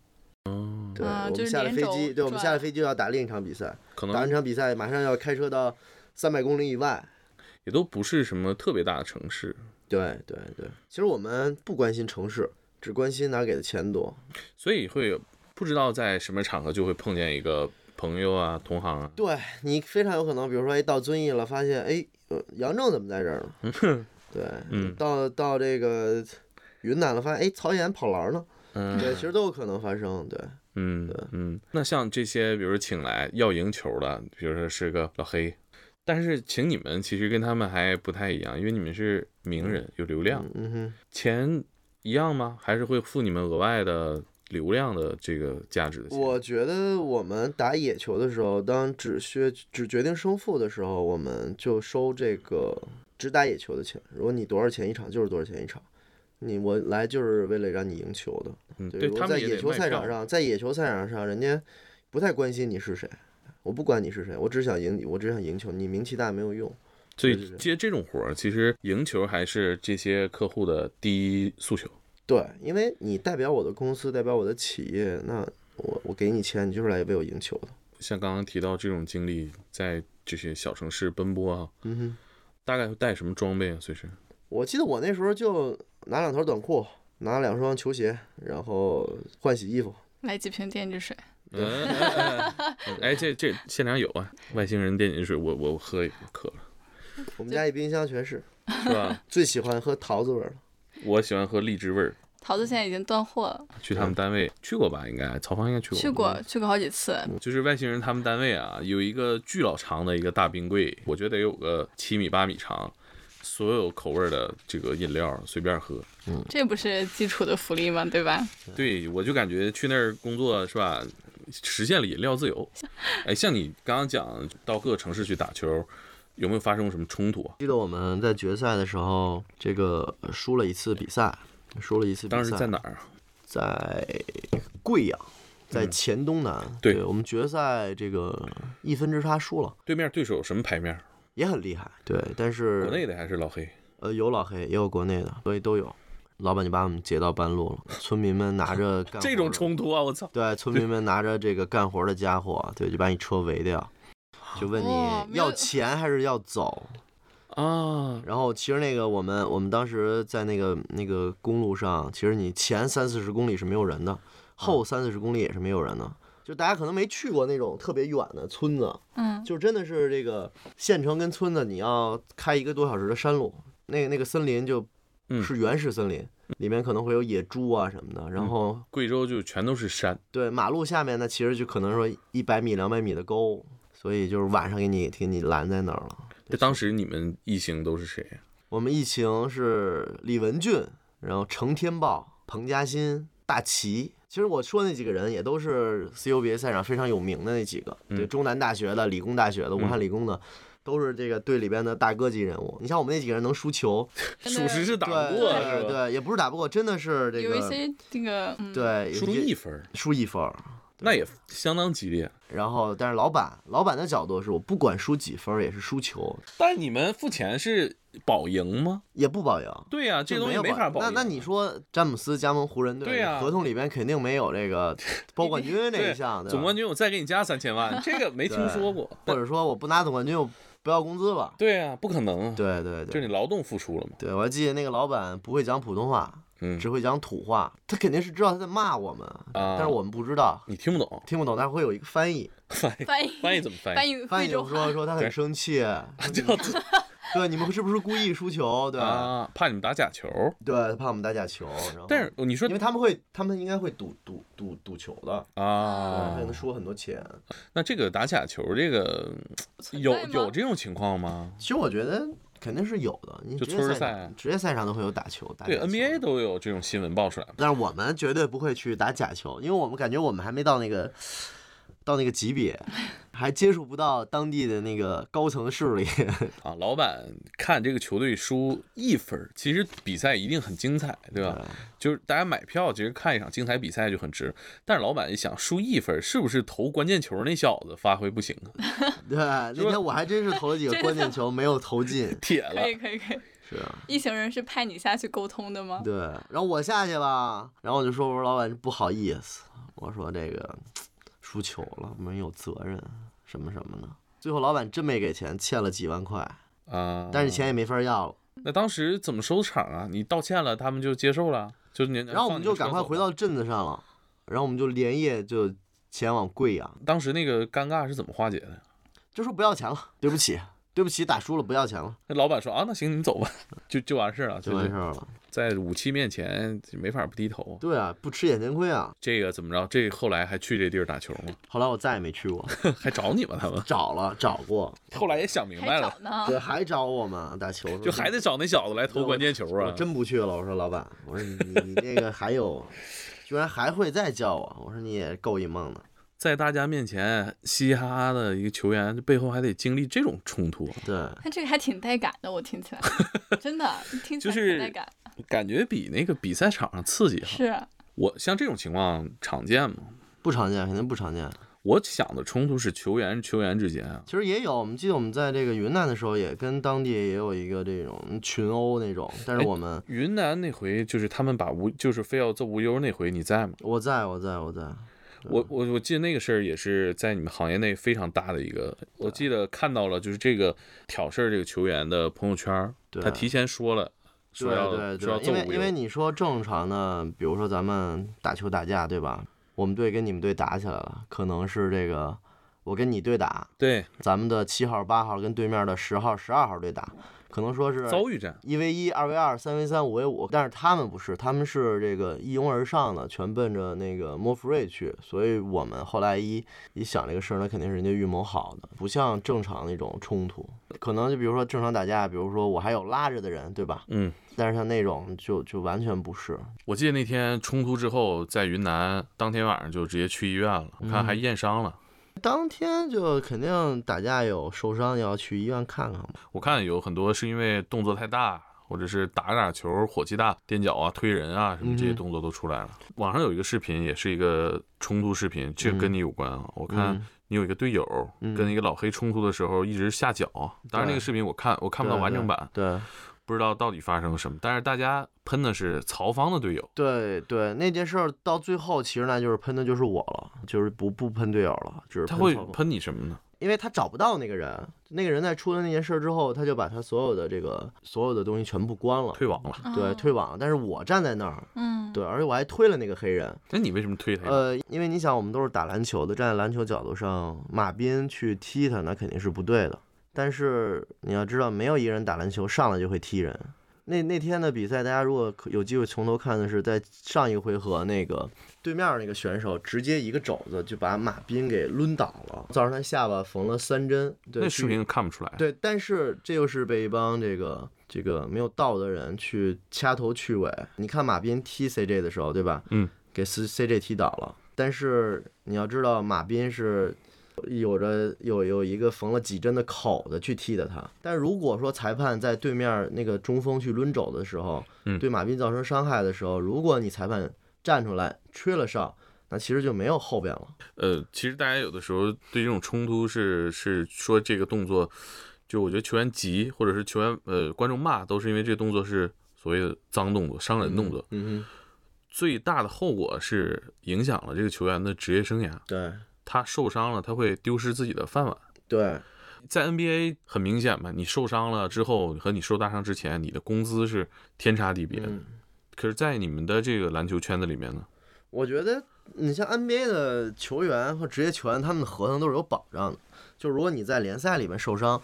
Speaker 7: 哦，
Speaker 4: 对，
Speaker 6: 啊
Speaker 4: 我
Speaker 6: 就
Speaker 4: 们
Speaker 6: 是
Speaker 4: 下了
Speaker 6: 连
Speaker 4: 飞
Speaker 6: 轴
Speaker 4: 机，对，我们
Speaker 6: 转
Speaker 4: 下了飞机就要打另一场比赛，
Speaker 7: 可
Speaker 4: 打完
Speaker 7: 能
Speaker 4: 这场比赛马上要开车到三百公里以外。
Speaker 7: 也都不是什么特别大的城市，
Speaker 4: 对对对，其实我们不关心城市，只关心哪给的钱多。
Speaker 7: 所以会有不知道在什么场合就会碰见一个朋友啊、同行啊，
Speaker 4: 对你非常有可能，比如说，哎，到遵义了，发现，哎，呃杨正怎么在这儿呢？ 对，
Speaker 7: 嗯
Speaker 4: 到到这个云南了，发现，哎，曹岩跑篮呢。
Speaker 7: 嗯
Speaker 4: 对，其实都有可能发生。对，
Speaker 7: 嗯嗯。那像这些，比如说请来要赢球的，比如说是个老黑，但是请你们其实跟他们还不太一样，因为你们是名人，有流量，
Speaker 4: 嗯哼，
Speaker 7: 钱一样吗？还是会付你们额外的流量的这个价值的钱？
Speaker 4: 我觉得我们打野球的时候，当只需只决定胜负的时候，我们就收这个只打野球的钱。如果你多少钱一场，就是多少钱一场。你我来就是为了让你赢球的。
Speaker 7: 嗯，
Speaker 4: 对，
Speaker 7: 对
Speaker 4: 如果
Speaker 7: 他
Speaker 4: 在
Speaker 7: 们也
Speaker 4: 野
Speaker 7: 得
Speaker 4: 球
Speaker 7: 卖
Speaker 4: 赛场
Speaker 7: 票
Speaker 4: 上，在野球赛场上，人家不太关心你是谁，我不管你是谁，我只想赢你，我只想赢球，你名气大没有用。
Speaker 7: 所
Speaker 4: 对
Speaker 7: 以
Speaker 4: 对对
Speaker 7: 接这种活儿，其实赢球还是这些客户的第一诉求。
Speaker 4: 对，因为你代表我的公司，代表我的企业，那我我给你钱，你就是来为我赢球的。
Speaker 7: 像刚刚提到这种经历，在这些小城市奔波啊，
Speaker 4: 嗯哼。
Speaker 7: 大概会带什么装备啊？随身
Speaker 4: 我记得我那时候就拿两条短裤，拿两双球鞋，然后换洗衣服。
Speaker 6: 来几瓶电解水，
Speaker 7: 嗯 哎，哎哎哎这这现场有啊，外星人电解水，我我喝一个渴了，
Speaker 4: 我们家一冰箱全是，
Speaker 7: 是吧？
Speaker 4: 最喜欢喝桃子味儿的。
Speaker 7: 我喜欢喝荔枝味儿，
Speaker 6: 桃子现在已经断货了，
Speaker 7: 去他们单位去过吧？应该曹芳应该去过吧，嗯
Speaker 6: 去过去过好几次，
Speaker 4: 嗯
Speaker 7: 就是外星人他们单位啊，有一个巨老长的一个大冰柜，我觉得得有个七米八米长，所有口味儿的这个饮料随便喝。
Speaker 6: 这不是基础的福利吗？对吧？
Speaker 7: 对，我就感觉去那儿工作是吧，实现了饮料自由。哎，像你刚刚讲到各个城市去打球，有没有发生过什么冲突啊？
Speaker 4: 记得我们在决赛的时候，这个呃输了一次比赛，输了一次比赛。
Speaker 7: 当时在哪儿啊？
Speaker 4: 在贵阳，在黔东南。
Speaker 7: 嗯对
Speaker 4: 我们决赛这个一分之差输了，
Speaker 7: 对面对手什么牌面？
Speaker 4: 也很厉害。对，但是
Speaker 7: 国内的还是老黑？
Speaker 4: 呃，有老黑，也有国内的，所以都有。老板就把我们截到半路 了，村民们拿着干
Speaker 7: 这种
Speaker 4: 活的
Speaker 7: 冲突啊！我操！
Speaker 4: 对，村民们拿着这个干活的家伙，对，就把你车围掉，就问
Speaker 6: 哦
Speaker 4: 你
Speaker 6: 没有
Speaker 4: 要钱还是要走。
Speaker 7: 啊，
Speaker 4: 然后其实那个我们我们当时在那个那个公路上，其实你前三四十公里是没有人的，后三四十公里也是没有人的。就大家可能没去过那种特别远的村子，
Speaker 6: 嗯，
Speaker 4: 就真的是这个县城跟村子，你要开一个多小时的山路，那那个森林就
Speaker 7: 嗯
Speaker 4: 是原始森林，里面可能会有野猪啊什么的，然后
Speaker 7: 贵州就全都是山，
Speaker 4: 对，马路下面呢，其实就可能说一百米、两百米的沟，所以就是晚上给你给你拦在那儿了。
Speaker 7: 这当时你们一行都是谁啊呀？
Speaker 4: 我们一行是李文俊，然后程天豹、彭佳欣、大齐。其实我说那几个人也都是 CUBA 赛场非常有名的那几个，
Speaker 7: 嗯
Speaker 4: 对，中南大学的、理工大学的、武汉理工的，都是这个队里边的大哥级人物。你像我们那几个人能输球，
Speaker 7: 属实是打
Speaker 4: 对
Speaker 7: 不过
Speaker 4: 对
Speaker 7: 是吧？
Speaker 4: 对，也不是打不过，真的是这
Speaker 6: 有一
Speaker 4: 个
Speaker 6: 些这个，嗯，
Speaker 4: 对
Speaker 7: 输
Speaker 4: 有些
Speaker 7: 一分儿，
Speaker 4: 输一分儿，
Speaker 7: 那也相当激烈。
Speaker 4: 然后，但是老板老板的角度是我不管输几分儿也是输球，
Speaker 7: 但是你们付钱是保赢吗？
Speaker 4: 也不保赢。
Speaker 7: 对呀、这
Speaker 4: 就
Speaker 7: 东
Speaker 4: 没
Speaker 7: 西
Speaker 4: 有
Speaker 7: 没法保
Speaker 4: 那
Speaker 7: 赢。
Speaker 4: 那你说詹姆斯加盟湖人队，
Speaker 7: 对呀
Speaker 4: 合同里边肯定没有这 个包冠军这
Speaker 7: 对
Speaker 4: 一项，对吧
Speaker 7: 总冠军我再给你加三千 万，这个没听说过。
Speaker 4: 或者说我不拿总冠军，我不要工资了。
Speaker 7: 对啊，不可能啊，
Speaker 4: 对对
Speaker 7: 就是
Speaker 4: 对，
Speaker 7: 你劳动付出了嘛。
Speaker 4: 对我还记得那个老板不会讲普通话，
Speaker 7: 嗯啊
Speaker 4: 只，会讲土话，他肯定是知道他在骂我们，但是我们不知道，
Speaker 7: 你听不懂，
Speaker 4: 听不懂，但会有一个翻译，
Speaker 7: 翻译
Speaker 6: 翻译
Speaker 7: 翻译怎么翻
Speaker 6: 翻
Speaker 7: 译？
Speaker 6: 译
Speaker 4: 翻
Speaker 6: 贵啊
Speaker 4: 译
Speaker 6: 州
Speaker 4: 就
Speaker 6: 话
Speaker 4: 说说他很生气，
Speaker 7: 叫
Speaker 4: 对，你们是不是故意输球？对，
Speaker 7: 啊，怕你们打假球。
Speaker 4: 对，怕我们打假球。然后
Speaker 7: 但是哦你说
Speaker 4: 因为他们会，他们应该会赌赌赌赌球的，
Speaker 7: 啊
Speaker 4: 可，能输很多钱。
Speaker 7: 那这个打假球这个
Speaker 6: 存
Speaker 7: 有
Speaker 6: 在吗
Speaker 7: 有这种情况吗？
Speaker 4: 其实我觉得肯定是有的，你
Speaker 7: 就
Speaker 4: 职业
Speaker 7: 村儿
Speaker 4: 赛
Speaker 7: 赛
Speaker 4: 场职业赛上都会有打球，打
Speaker 7: 对
Speaker 4: 假球
Speaker 7: NBA 都有这种新闻爆出来嘛。
Speaker 4: 但是我们绝对不会去打假球，因为我们感觉我们还没到那个到那个级别，还接触不到当地的那个高层势力。
Speaker 7: 啊，老板看这个球队输一分儿，其实比赛一定很精彩，对吧？就是大家买票，其实看一场精彩比赛就很值。但是老板一想，输一分儿是不是投关键球那小子发挥不行啊？
Speaker 4: 对，那天我还真是投了几个关键球，没有投进。
Speaker 7: 铁了
Speaker 6: 可以可以可以，
Speaker 4: 是啊，
Speaker 6: 一行人是派你下去沟通的吗？
Speaker 4: 对。然后我下去吧，然后我就说：“我说老板不好意思，我说这个输球了，我们有责任，什么什么的。”最后老板真没给钱，欠了几万块，
Speaker 7: 啊！
Speaker 4: 但是钱也没法要了。
Speaker 7: 那当时怎么收场啊？你道歉了，他们就接受了，就是你。
Speaker 4: 然后我们就赶快回
Speaker 7: 放你车走
Speaker 4: 到镇子上了，然后我们就连夜就前往贵阳。
Speaker 7: 了。当时那个尴尬是怎么化解的？
Speaker 4: 就说不要钱了，对不起，对不起，打输了不要钱了，
Speaker 7: 那老板说啊，那行你走吧，就就完事儿了，
Speaker 4: 就
Speaker 7: 就
Speaker 4: 完
Speaker 7: 是
Speaker 4: 事儿了。
Speaker 7: 在武器面前没法不低头啊。
Speaker 4: 对啊，不吃眼前亏啊。
Speaker 7: 这个怎么着？这后来还去这地儿打球吗？
Speaker 4: 后来我再也没去过，
Speaker 7: 还找你吗？他们
Speaker 4: 找了找过，
Speaker 7: 后来也想明白
Speaker 6: 还
Speaker 7: 了
Speaker 6: 找，呢？
Speaker 4: 对，还找我嘛打球，
Speaker 7: 就还得找那小子来投关键球
Speaker 4: 我
Speaker 7: 啊！
Speaker 4: 真不去了。我说老板，我说你你你这个还有，居然还会再叫我，我说你也够一梦的。
Speaker 7: 在大家面前嘻哈哈的一个球员，背后还得经历这种冲 突，啊
Speaker 4: 对，
Speaker 6: 但这个还挺带感的，我 听起来真的听起
Speaker 7: 就
Speaker 6: 来
Speaker 7: 是
Speaker 6: 挺带感。
Speaker 7: 感觉比那个比赛场上刺激哈。
Speaker 6: 是
Speaker 7: 我像这种情况常见吗？
Speaker 4: 不常见，肯定不常见。
Speaker 7: 我想的冲突是球员球员之间啊，
Speaker 4: 其实也有，我们记得我们在这个云南的时候，也跟当地也有一个这种群殴那种，但
Speaker 7: 哎
Speaker 4: 是我们
Speaker 7: 云南那回就是他们把无就是非要做无忧那回，你在吗？
Speaker 4: 我在我在我在，
Speaker 7: 我我我记得那个事儿也是在你们行业内非常大的一个，我记得看到了就是这个挑事儿这个球员的朋友圈儿，
Speaker 4: 对
Speaker 7: 他提前说了。说要
Speaker 4: 对对
Speaker 7: 说要
Speaker 4: 对，
Speaker 7: 揍
Speaker 4: 因为
Speaker 7: 无
Speaker 4: 因
Speaker 7: 忧
Speaker 4: 为你说正常的，比如说咱们打球打架，对吧？我们队跟你们队打起来了，可能是这个我跟你对打，
Speaker 7: 对
Speaker 4: 咱们的七号、八号跟对面的十号、十二号对打，可能说是
Speaker 7: 遭遇战，
Speaker 4: 一 v 一、二 v 二、三 v 三、五 v 五，但是他们不是，他们是这个一拥而上的，全奔着那个莫福瑞去。所以我们后来一一想这个事儿呢，肯定是人家预谋好的，不像正常那种冲突，可能就比如说正常打架，比如说我还有拉着的人，对吧？
Speaker 7: 嗯，
Speaker 4: 但是像那种就就完全不是，
Speaker 7: 我记得那天冲突之后，在云南当天晚上就直接去医院了，我看还
Speaker 4: 嗯
Speaker 7: 验伤了。
Speaker 4: 当天就肯定打架有受伤，要去医院看看嘛。
Speaker 7: 我看有很多是因为动作太大，或者是打打球火气大，踮脚啊、推人啊什么这
Speaker 4: 嗯
Speaker 7: 些动作都出来了。网上有一个视频，也是一个冲突视频，这
Speaker 4: 嗯
Speaker 7: 跟你有关啊。我看你有一个队友跟一个老黑冲突的时候一直下脚，当然那个视频我看我看不到完整版，
Speaker 4: 对
Speaker 7: 不知道到底发生了什么。但是大家喷的是曹芳的队友，
Speaker 4: 对对，那件事儿到最后，其实那就是喷的就是我了，就是不不喷队友了，只是
Speaker 7: 他会
Speaker 4: 曹操
Speaker 7: 喷你什么呢？
Speaker 4: 因为他找不到那个人，那个人在出了那件事儿之后，他就把他所有的这个所有的东西全部关了，
Speaker 7: 退网了。
Speaker 4: 对，退网。但是我站在那儿，
Speaker 6: 嗯，
Speaker 4: 对，而且我还推了那个黑人，
Speaker 7: 那你为什么推他呀？
Speaker 4: 呃，因为你想，我们都是打篮球的，站在篮球角度上，马斌去踢他，那肯定是不对的。但是你要知道，没有一个人打篮球上来就会踢人。那那天的比赛，大家如果可有机会从头看的是，在上一回合那个对面那个选手直接一个肘子就把马斌给抡倒了，造成他下巴缝了三针。对，
Speaker 7: 那
Speaker 4: 去
Speaker 7: 视频看不出来。
Speaker 4: 对，但是这又是被一帮这个这个没有道德的人去掐头去尾。你看马斌踢 CJ 的时候，对吧？
Speaker 7: 嗯，
Speaker 4: 给 C CJ 踢倒了。但是你要知道，马斌是有着有有一个缝了几针的口子去踢的他。但如果说裁判在对面那个中锋去抡肘的时候，
Speaker 7: 嗯
Speaker 4: 对马斌造成伤害的时候，如果你裁判站出来吹了哨，那其实就没有后边了。
Speaker 7: 呃，其实大家有的时候对这种冲突是是说这个动作，就我觉得球员急或者是球员呃观众骂，都是因为这个动作是所谓的脏动作、伤人动作，
Speaker 4: 嗯
Speaker 7: 最大的后果是影响了这个球员的职业生涯
Speaker 4: 哼，，对
Speaker 7: 他受伤了，他会丢失自己的饭碗。
Speaker 4: 嗯对
Speaker 7: 在 NBA 很明显嘛，你受伤了之后和你受大伤之前，你的工资是天差地别的。可是，在你们的这个篮球圈子里面呢，
Speaker 4: 我觉得你像 NBA 的球员和职业球员，他们的合同都是有保障的。就如果你在联赛里面受伤，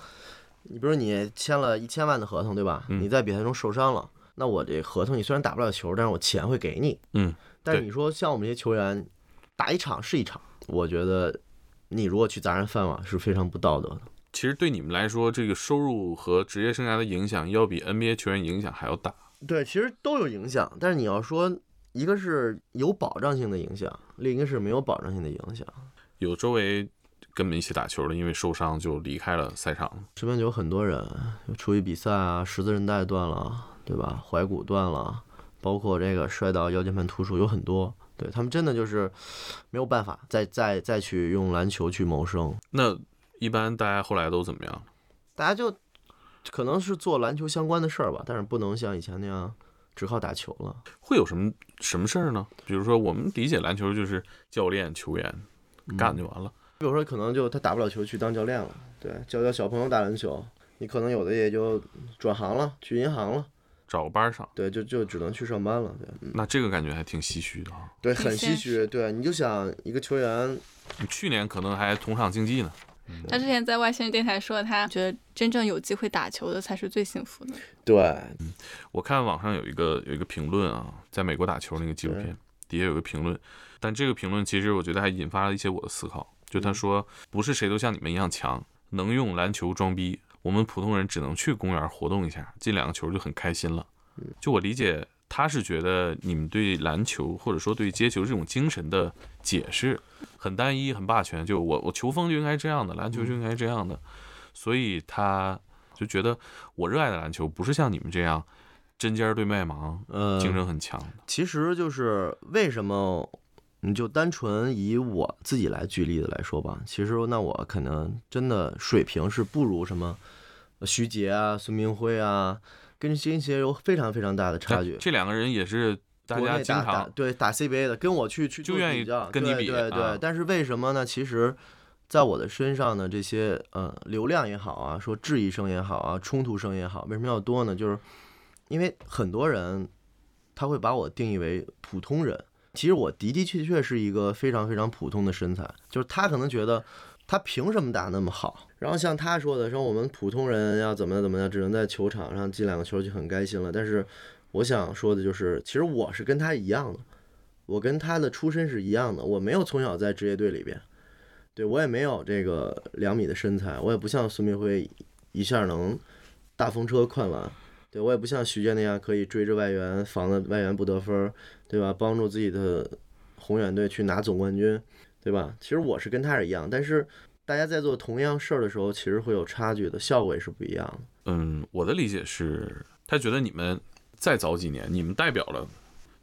Speaker 4: 你比如你签了一千万的合同，对吧？
Speaker 7: 嗯
Speaker 4: 你在比赛中受伤了，那我这合同你虽然打不了球，但是我钱会给你。
Speaker 7: 嗯，
Speaker 4: 但是
Speaker 7: 对
Speaker 4: 你说像我们这些球员，打一场是一场，我觉得你如果去砸人饭碗是非常不道德的。
Speaker 7: 其实对你们来说，这个收入和职业生涯的影响要比 NBA 球员影响还要大。
Speaker 4: 对，其实都有影响，但是你要说一个是有保障性的影响，另一个是没有保障性的影响。
Speaker 7: 有周围跟我们一起打球的，因为受伤就离开了赛场了。
Speaker 4: 身边就有很多人，有出于比赛啊，十字韧带断了，对吧？踝骨断了，包括这个摔到腰间盘突出，有很多。对他们真的就是没有办法再再再去用篮球去谋生，
Speaker 7: 那一般大家后来都怎么样？
Speaker 4: 大家就可能是做篮球相关的事儿吧，但是不能像以前那样只靠打球了。
Speaker 7: 会有什么什么事儿呢？比如说，我们理解篮球就是教练、球员干就完了。
Speaker 4: 比如说，可能就他打不了球去当教练了，对，教教小朋友打篮球。你可能有的也就转行了，去银行了，
Speaker 7: 找个班儿上，
Speaker 4: 对，就就只能去上班了，对，嗯，
Speaker 7: 那这个感觉还挺唏嘘的啊。
Speaker 4: 对，
Speaker 6: 很
Speaker 4: 很
Speaker 6: 现
Speaker 4: 唏嘘，对，你就想一个球员
Speaker 7: 你去年可能还同场竞技呢，
Speaker 6: 他之前在外星人电台说，他觉得真正有机会打球的才是最幸福的。
Speaker 4: 对，
Speaker 7: 我看网上有一个有一个评论啊，在美国打球那个纪录片底下有一个评论，但这个评论其实我觉得还引发了一些我的思考。就他说，不是谁都像你们一样强，能用篮球装逼，我们普通人只能去公园活动一下，进两个球就很开心了。就我理解，他是觉得你们对篮球或者说对接球这种精神的解释很单一、很霸权，就我我球风就应该这样的，篮球就应该这样的，所以他就觉得我热爱的篮球不是像你们这样针尖儿对麦芒，
Speaker 4: 呃，
Speaker 7: 竞争很强的。
Speaker 4: 其实就是为什么，你就单纯以我自己来举例子来说吧，其实那我可能真的水平是不如什么呃徐杰啊、孙明辉啊，跟这些有非常非常大的差距。
Speaker 7: 这两个人也是大
Speaker 4: 国
Speaker 7: 家
Speaker 4: 内
Speaker 7: 经
Speaker 4: 打打
Speaker 7: 常
Speaker 4: 对打 CBA 的，跟我去去
Speaker 7: 就
Speaker 4: 做
Speaker 7: 愿意
Speaker 4: 比较
Speaker 7: 跟你
Speaker 4: 对
Speaker 7: 比
Speaker 4: 对对、
Speaker 7: 啊
Speaker 4: 但是为什么呢？其实，在我的身上呢，这些呃流量也好啊，说质疑声也好啊，冲突声也好，为什么要多呢？就是因为很多人他会把我定义为普通人，其实我的的确确是一个非常非常普通的身材，就是他可能觉得。他凭什么打那么好？然后像他说的，说我们普通人要怎么怎么样，只能在球场上进两个球就很开心了。但是我想说的就是，其实我是跟他一样的，我跟他的出身是一样的，我没有从小在职业队里边，对我也没有这个两米的身材，我也不像孙明辉一下能大风车灌篮，对我也不像徐杰那样可以追着外援防的外援不得分，对吧？帮助自己的宏远队去拿总冠军，对吧？其实我是跟他是一样，但是大家在做同样事儿的时候，其实会有差距的，效果也是不一样的。
Speaker 7: 嗯，我的理解是，他觉得你们再早几年，你们代表了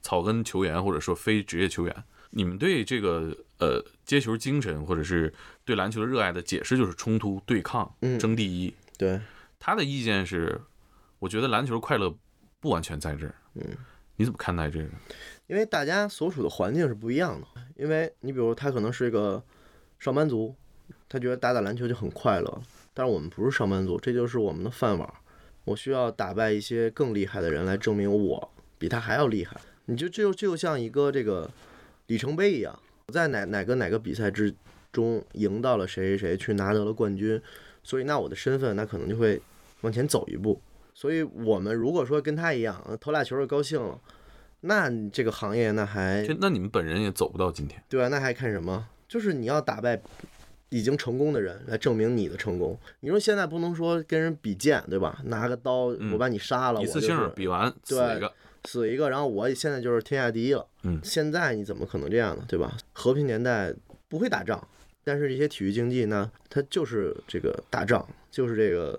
Speaker 7: 草根球员或者说非职业球员，你们对这个呃接球精神或者是对篮球的热爱的解释就是冲突、对抗、
Speaker 4: 嗯
Speaker 7: 争第一。
Speaker 4: 对，
Speaker 7: 他的意见是，我觉得篮球快乐不完全在这儿。嗯，你怎么看待这个？
Speaker 4: 因为大家所处的环境是不一样的。因为你比如他可能是一个上班族，他觉得打打篮球就很快乐，但是我们不是上班族，这就是我们的饭碗。我需要打败一些更厉害的人来证明我比他还要厉害。你就这就这就像一个这个里程碑一样，我在哪哪个哪个比赛之中赢到了谁谁谁，去拿得了冠军，所以那我的身份那可能就会往前走一步。所以我们如果说跟他一样呃投俩球就高兴了，那你这个行业那还
Speaker 7: 这那你们本人也走不到今天。
Speaker 4: 对啊，那还看什么？就是你要打败已经成功的人来证明你的成功。你说现在不能说跟人比剑，对吧？拿个刀
Speaker 7: 嗯
Speaker 4: 我把你杀了，
Speaker 7: 一
Speaker 4: 我
Speaker 7: 次
Speaker 4: 就
Speaker 7: 性
Speaker 4: 是
Speaker 7: 比完死
Speaker 4: 对
Speaker 7: 一个，
Speaker 4: 死一个，然后我现在就是天下第一了。
Speaker 7: 嗯
Speaker 4: 现在你怎么可能这样呢？对吧？和平年代不会打仗，但是这些体育竞技呢，它就是这个打仗，就是这个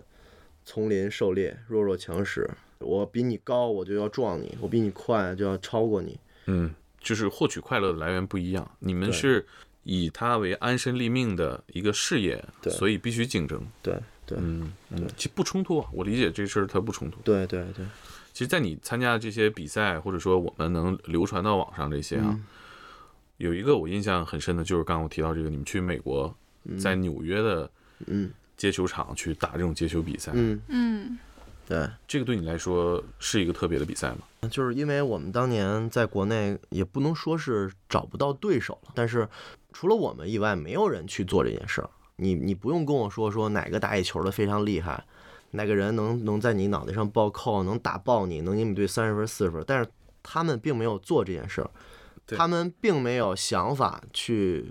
Speaker 4: 丛林狩猎，弱肉强食。我比你高，我就要撞你；我比你快，就要超过你。
Speaker 7: 嗯，就是获取快乐的来源不一样。你们
Speaker 4: 对
Speaker 7: 是以它为安身立命的一个事业，
Speaker 4: 对
Speaker 7: 所以必须竞争。
Speaker 4: 对对
Speaker 7: 嗯嗯，其实不冲突啊，我理解这事儿它不冲突。
Speaker 4: 对对对，
Speaker 7: 其实，在你参加这些比赛，或者说我们能流传到网上这些啊，
Speaker 4: 嗯
Speaker 7: 有一个我印象很深的，就是刚刚我提到这个，你们去美国，在纽约的
Speaker 4: 嗯
Speaker 7: 接球场去打这种接球比赛，
Speaker 4: 嗯
Speaker 6: 嗯，
Speaker 4: 对。
Speaker 7: 这个对你来说是一个特别的比赛吗？
Speaker 4: 就是因为我们当年在国内也不能说是找不到对手了，但是除了我们以外，没有人去做这件事儿。你你不用跟我说说哪个打野球的非常厉害，哪个人能能在你脑袋上暴扣，能打爆你，能给你对三十分四十分，但是他们并没有做这件事儿，
Speaker 7: 对
Speaker 4: 他们并没有想法去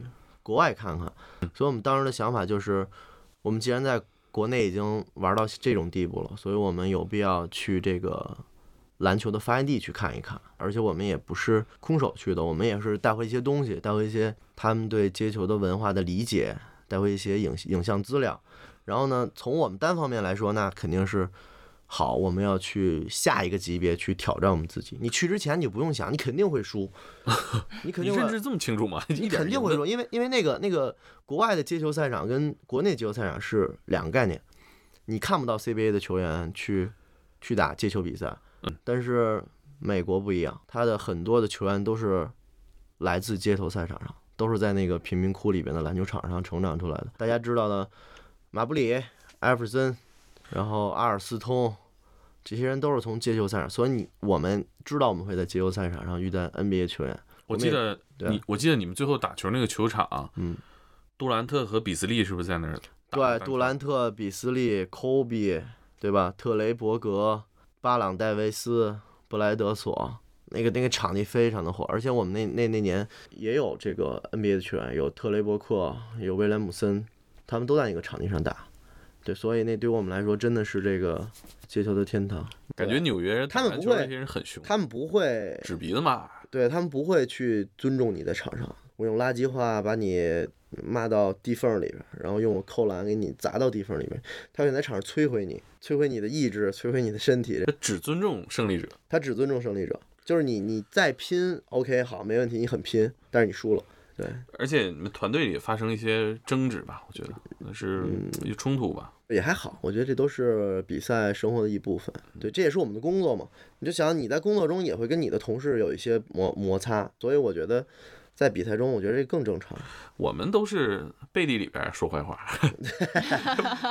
Speaker 4: 国外看看，所以我们当时的想法就是，我们既然在国内已经玩到这种地步了，所以我们有必要去这个篮球的发源地去看一看，而且我们也不是空手去的，我们也是带回一些东西，带回一些他们对街球的文化的理解，带回一些影影像资料。然后呢，从我们单方面来说，那肯定是好，我们要去下一个级别去挑战我们自己。你去之前你就不用想，你肯定会输，你肯
Speaker 7: 你
Speaker 4: 定
Speaker 7: 认
Speaker 4: 会。
Speaker 7: 知这么清楚吗？
Speaker 4: 你
Speaker 7: 一点
Speaker 4: 肯定
Speaker 7: 赢
Speaker 4: 会
Speaker 7: 的
Speaker 4: 说，因为因为那个那个国外的街球赛场跟国内街球赛场是两个概念，你看不到 CBA 的球员去去打街球比赛，
Speaker 7: 嗯
Speaker 4: 但是美国不一样，他的很多的球员都是来自街头赛场上，都是在那个贫民窟里边的篮球场上成长出来的。大家知道的，马布里、艾弗森，然后阿尔斯通，这些人都是从街球赛场，所以你我们知道我们会在街球赛场上遇到 NBA 球员。
Speaker 7: 我
Speaker 4: 们
Speaker 7: 记
Speaker 4: 也
Speaker 7: 得
Speaker 4: 对啊
Speaker 7: 你，我记得你们最后打球那个球场，啊
Speaker 4: 嗯，
Speaker 7: 杜兰特和比斯利是不是在那儿打的
Speaker 4: 对，
Speaker 7: 单球？
Speaker 4: 杜兰特、比斯利、科比，对吧？特雷伯格、巴朗戴维斯、布莱德索，那个那个场地非常的火，而且我们那那那年也有这个 NBA 的球员，有特雷伯克，有威廉姆森，他们都在那个场地上打。对，所以那对于我们来说真的是这个街球的天堂。
Speaker 7: 感觉纽约人
Speaker 4: 他
Speaker 7: 打
Speaker 4: 们
Speaker 7: 篮
Speaker 4: 不
Speaker 7: 球那
Speaker 4: 会
Speaker 7: 些人很凶，
Speaker 4: 他们不会
Speaker 7: 纸鼻子嘛，
Speaker 4: 对他们不会去尊重你的场上，我用垃圾话把你骂到地缝里边，然后用我扣篮给你砸到地缝里边，他会在场上摧毁你，摧毁你的意志，摧毁你的身体，
Speaker 7: 他只尊重胜利者。
Speaker 4: 他只尊重胜利者，就是你你再拼，OK 好没问题，你很拼，但是你输了，对，
Speaker 7: 而且你们团队里发生一些争执吧，我觉得那是
Speaker 4: 嗯
Speaker 7: 一些冲突吧。
Speaker 4: 也还好，我觉得这都是比赛生活的一部分。对，这也是我们的工作嘛。你就想你在工作中也会跟你的同事有一些摩摩擦，所以我觉得在比赛中，我觉得这更正常。
Speaker 7: 我们都是背地里边说 坏话，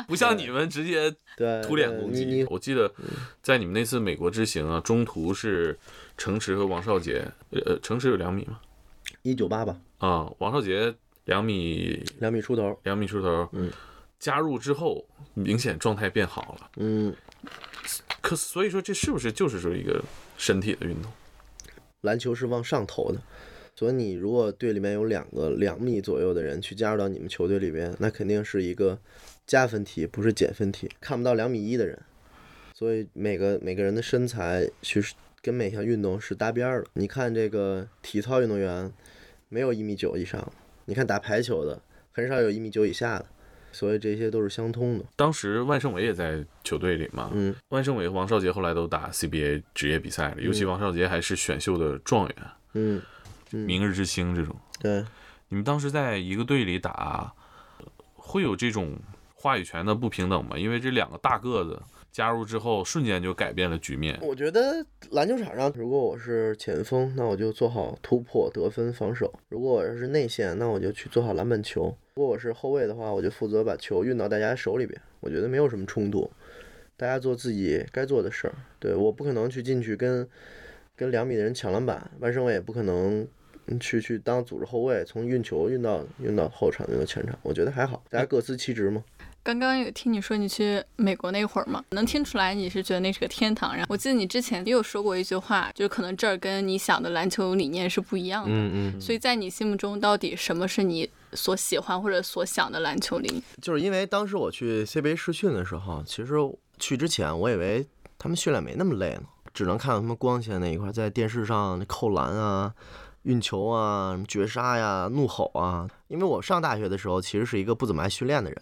Speaker 7: 不像你们直接
Speaker 4: 对，
Speaker 7: 突脸
Speaker 4: 对
Speaker 7: 攻
Speaker 4: 你
Speaker 7: 击
Speaker 4: 你。嗯
Speaker 7: 我记得在你们那次美国之行啊，中途是程池和王少杰，呃呃，程池有两米吗？
Speaker 4: 一九八吧，
Speaker 7: 啊、王少杰两米
Speaker 4: 两米出头。
Speaker 7: 两米出头，嗯，加入之后明显状态变好了。
Speaker 4: 嗯，
Speaker 7: 可所以说这是不是就是说一个身体的运动？
Speaker 4: 篮球是往上投的，所以你如果队里面有两个两米左右的人去加入到你们球队里边，那肯定是一个加分题，不是减分题。看不到两米一的人，所以每个每个人的身材其实跟每项运动是搭边儿的。你看这个体操运动员，没有一米九以上的，你看打排球的很少有一米九以下的，所以这些都是相通的。
Speaker 7: 当时万胜伟也在球队里嘛，
Speaker 4: 嗯，
Speaker 7: 万胜伟和王少杰后来都打 CBA 职业比赛了，尤其王少杰还是选秀的状元，
Speaker 4: 嗯，
Speaker 7: 明日之星这种。
Speaker 4: 对。
Speaker 7: 你们当时在一个队里打，会有这种话语权的不平等吗？因为这两个大个子加入之后，瞬间就改变了局面。
Speaker 4: 我觉得篮球场上，如果我是前锋，那我就做好突破、得分、防守；如果我是内线，那我就去做好篮板球；如果我是后卫的话，我就负责把球运到大家手里边。我觉得没有什么冲突，大家做自己该做的事儿。对，我不可能去进去跟跟两米的人抢篮板，万胜伟也不可能。嗯去去当组织后卫，从运球运到运到后场，运到前场，我觉得还好，大家各司其职嘛。
Speaker 6: 刚刚有听你说你去美国那会儿嘛，能听出来你是觉得那是个天堂。然后我记得你之前也有说过一句话，就是可能这儿跟你想的篮球理念是不一样的。
Speaker 4: 嗯嗯，
Speaker 6: 所以在你心目中，到底什么是你所喜欢或者所想的篮球理念？
Speaker 4: 就是因为当时我去 CBA 试训的时候，其实去之前我以为他们训练没那么累呢，只能看到他们光鲜那一块，在电视上扣篮啊、运球啊、什么绝杀呀、怒吼啊。因为我上大学的时候其实是一个不怎么爱训练的人。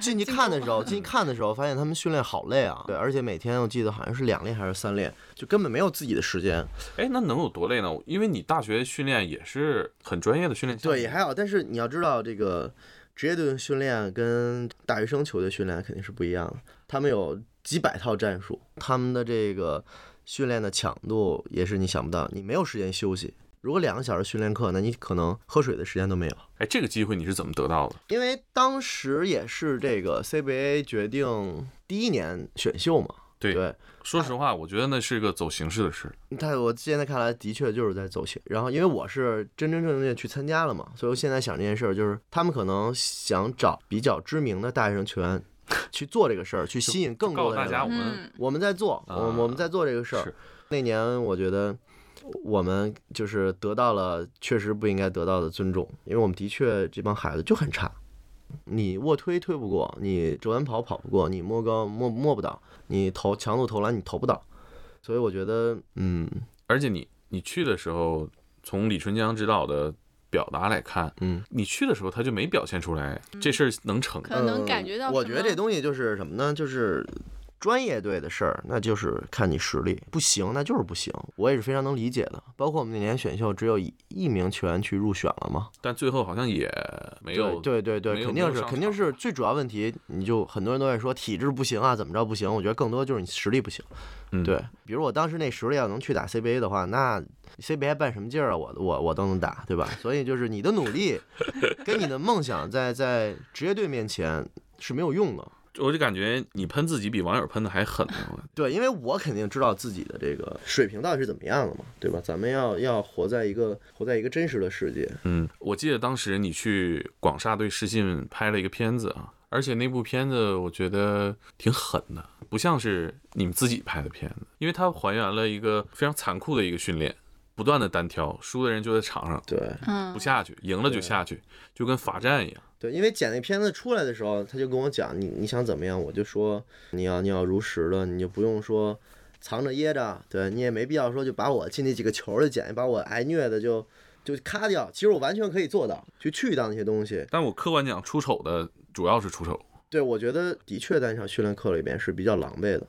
Speaker 4: 进去看的时候，进去看的时候，发现他们训练好累啊！对，而且每天我记得好像是两练还是三练，就根本没有自己的时间。
Speaker 7: 哎，那能有多累呢？因为你大学训练也是很专业的训练项目，
Speaker 4: 对，也还好。但是你要知道，这个职业队的训练跟大学生球队训练肯定是不一样的。他们有几百套战术，他们的这个训练的强度也是你想不到。你没有时间休息，如果两个小时训练课，那你可能喝水的时间都没有。
Speaker 7: 哎，这个机会你是怎么得到的？
Speaker 4: 因为当时也是这个 CBA 决定第一年选秀嘛，
Speaker 7: 对
Speaker 4: 对，
Speaker 7: 说实话，我觉得那是个走形式的事。
Speaker 4: 但我现在看来，的确就是在走形。然后，因为我是真真正正地去参加了嘛，所以我现在想这件事儿，就是他们可能想找比较知名的大学生球员去做这个事儿，去吸引更
Speaker 7: 告
Speaker 4: 多的
Speaker 7: 诉大
Speaker 4: 人
Speaker 7: 家，
Speaker 4: 来
Speaker 7: 我们
Speaker 6: 嗯，
Speaker 4: 我们在做，我、
Speaker 7: 啊
Speaker 4: 我们在做这个事儿
Speaker 7: 是。
Speaker 4: 那年我觉得我们就是得到了确实不应该得到的尊重，因为我们的确这帮孩子就很差。你卧推推不过，你折弯跑跑不过，你摸高摸摸不到，你投强度投篮你投不到，所以我觉得，嗯
Speaker 7: 而且你你去的时候，从李春江指导的表达来看，
Speaker 4: 嗯，
Speaker 7: 你去的时候他就没表现出来这事儿能成。
Speaker 6: 嗯可能
Speaker 4: 嗯
Speaker 6: 感觉到。
Speaker 4: 我觉得这东西就是什么呢？就是专业队的事儿，那就是看你实力，不行那就是不行。我也是非常能理解的。包括我们那年选秀，只有一一名球员去入选了嘛。
Speaker 7: 但最后好像也没有
Speaker 4: 对对对
Speaker 7: 没
Speaker 4: 对，
Speaker 7: 有
Speaker 4: 肯
Speaker 7: 没有
Speaker 4: 定是
Speaker 7: 上
Speaker 4: 肯定
Speaker 7: 场
Speaker 4: 是最主要问题。你就很多人都在说体质不行啊，怎么着不行？我觉得更多就是你实力不行。
Speaker 7: 嗯
Speaker 4: 对，比如我当时那实力要能去打 CBA 的话，那 CBA 办什么劲儿啊？我我我都能打，对吧？所以就是你的努力 跟你的梦想在在职业队面前是没有用的。
Speaker 7: 我就感觉你喷自己比网友喷的还狠呢。我
Speaker 4: 对，因为我肯定知道自己的这个水平到底是怎么样了嘛，对吧？咱们要要活在一个活在一个真实的世界。
Speaker 7: 嗯，我记得当时你去广厦对视信拍了一个片子啊，而且那部片子我觉得挺狠的，不像是你们自己拍的片子，因为它还原了一个非常残酷的一个训练，不断的单挑，输的人就在场上
Speaker 4: 对
Speaker 6: 嗯
Speaker 7: 不，下去，赢了就下去，就跟罚站一样。
Speaker 4: 对，因为剪那片子出来的时候，他就跟我讲你你想怎么样，我就说你要你要如实的，你就不用说藏着掖着，对你也没必要说就把我进那几个球儿的剪，把我挨虐的就就咔掉。其实我完全可以做到，去去掉那些东西。
Speaker 7: 但我客观讲，出丑的主要是出丑。
Speaker 4: 对，我觉得的确在那场训练课里面是比较狼狈的，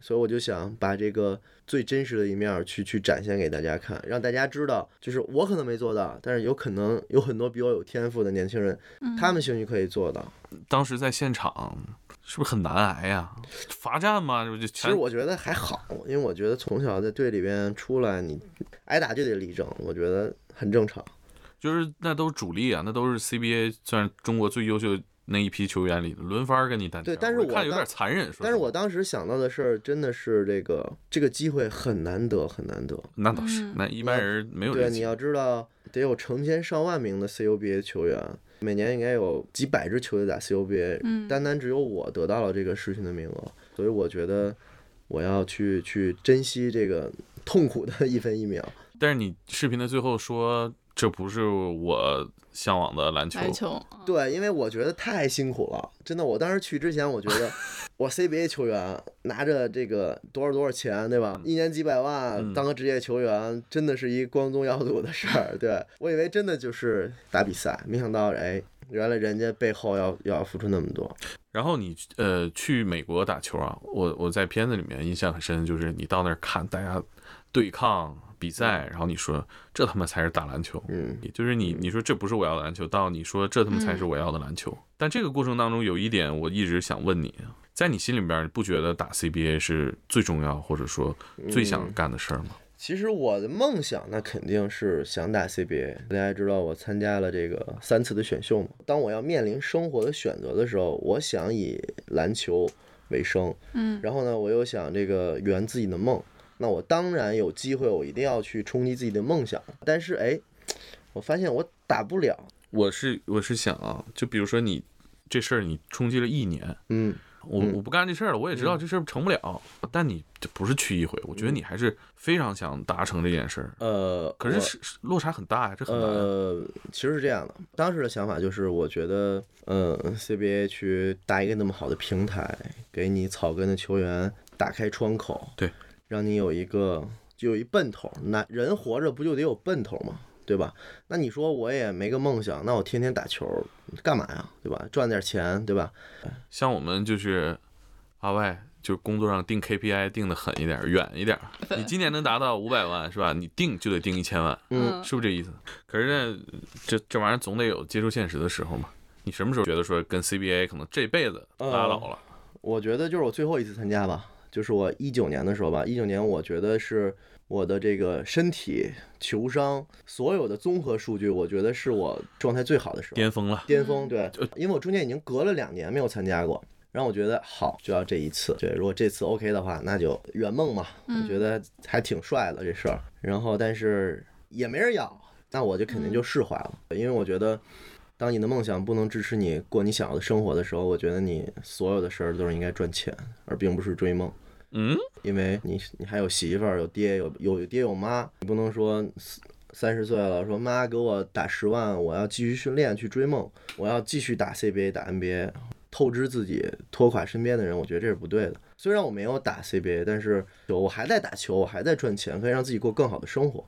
Speaker 4: 所以我就想把这个最真实的一面儿去去展现给大家看，让大家知道，就是我可能没做到，但是有可能有很多比我有天赋的年轻人，他们兴许可以做到。
Speaker 7: 当时在现场是不是很难挨呀、罚站嘛，这不就
Speaker 4: 其
Speaker 7: 全
Speaker 4: 实我觉得还好，因为我觉得从小在队里边出来，你挨打就得立正，我觉得很正常。
Speaker 7: 就是那都是主力啊，那都是 CBA 算中国最优秀那一批球员里的轮番儿跟你单挑。
Speaker 4: 对但是我
Speaker 7: 看有
Speaker 4: 当
Speaker 7: 点残忍，说
Speaker 4: 但是
Speaker 7: 实话
Speaker 4: 我当时想到的事儿真的是这个这个机会很难得，很难得。
Speaker 7: 那倒是
Speaker 6: 嗯，
Speaker 7: 那一般人没有这
Speaker 4: 对，
Speaker 7: 个
Speaker 4: 你
Speaker 7: 机
Speaker 4: 要
Speaker 7: 会。
Speaker 4: 知道，得有成千上万名的 CUBA 球员，每年应该有几百支球队打 CUBA，、
Speaker 6: 嗯
Speaker 4: 单单只有我得到了这个试训的名额，所以我觉得我要去去珍惜这个痛苦的一分一秒。
Speaker 7: 但是你视频的最后说，这不是我向往的篮球。
Speaker 6: 篮球，
Speaker 4: 对，因为我觉得太辛苦了，真的。我当时去之前，我觉得我 CBA 球员拿着这个多少多少钱，对吧？一年几百万
Speaker 7: 嗯
Speaker 4: 当个职业球员，真的是一光宗耀祖的事儿。对我以为真的就是打比赛，没想到哎，原来人家背后要要付出那么多。
Speaker 7: 然后你呃去美国打球啊，我我在片子里面印象很深，就是你到那儿看大家对抗比赛，然后你说这他妈才是打篮球，
Speaker 4: 嗯，
Speaker 7: 也就是你你说这不是我要的篮球，到你说这他妈才是我要的篮球。但这个过程当中有一点我一直想问你，在你心里边，你不觉得打 CBA 是最重要或者说最想干的事儿吗？
Speaker 4: 其实我的梦想那肯定是想打 CBA。大家知道我参加了这个三次的选秀嘛。当我要面临生活的选择的时候，我想以篮球为生，
Speaker 6: 嗯
Speaker 4: 然后呢，我又想这个圆自己的梦。那我当然有机会，我一定要去冲击自己的梦想。但是哎，我发现我打不了。
Speaker 7: 我是我是想啊，就比如说你这事儿你冲击了一年，
Speaker 4: 嗯，
Speaker 7: 我我不干这事儿了，我也知道这事儿成不了，但你这不是去一回，我
Speaker 4: 嗯
Speaker 7: 觉得你还是非常想达成这件事儿。
Speaker 4: 呃，
Speaker 7: 可是
Speaker 4: 我
Speaker 7: 是是落差很大呀，这很难啊呀。
Speaker 4: 呃，其实是这样的，当时的想法就是，我觉得，嗯，CBA 去搭一个那么好的平台，给你草根的球员打开窗口，
Speaker 7: 对，
Speaker 4: 让你有一个就有一奔头。那人活着不就得有奔头吗？对吧？那你说我也没个梦想，那我天天打球干嘛呀？对吧？赚点钱，对吧？
Speaker 7: 像我们就是阿外，就工作上定 KPI 定的狠一点儿，远一点儿。 你今年能达到五百万是吧？你定就得定一千万，
Speaker 6: 嗯
Speaker 7: 是不是这意思？可是呢，这这玩意儿总得有接触现实的时候嘛。你什么时候觉得说跟 CBA 可能这辈子
Speaker 4: 呃
Speaker 7: 拉倒了？
Speaker 4: 我觉得就是我最后一次参加吧，就是我一九年的时候吧，一九年我觉得是我的这个身体、球商所有的综合数据，我觉得是我状态最好的时候，
Speaker 7: 巅峰了。
Speaker 4: 巅峰对，因为我中间已经隔了两年没有参加过。然后我觉得好，就要这一次。对，如果这次 OK 的话，那就圆梦嘛。我觉得还挺帅的这事儿。然后，但是也没人要，那我就肯定就释怀了，因为我觉得当你的梦想不能支持你过你想要的生活的时候，我觉得你所有的事儿都是应该赚钱，而并不是追梦。
Speaker 7: 嗯，
Speaker 4: 因为你你还有媳妇儿，有爹，有有爹有妈，你不能说三十岁了说妈给我打十万，我要继续训练去追梦，我要继续打 CBA 打 NBA，透支自己拖垮身边的人，我觉得这是不对的。虽然我没有打 CBA，但是我还在打球，我还在赚钱，可以让自己过更好的生活，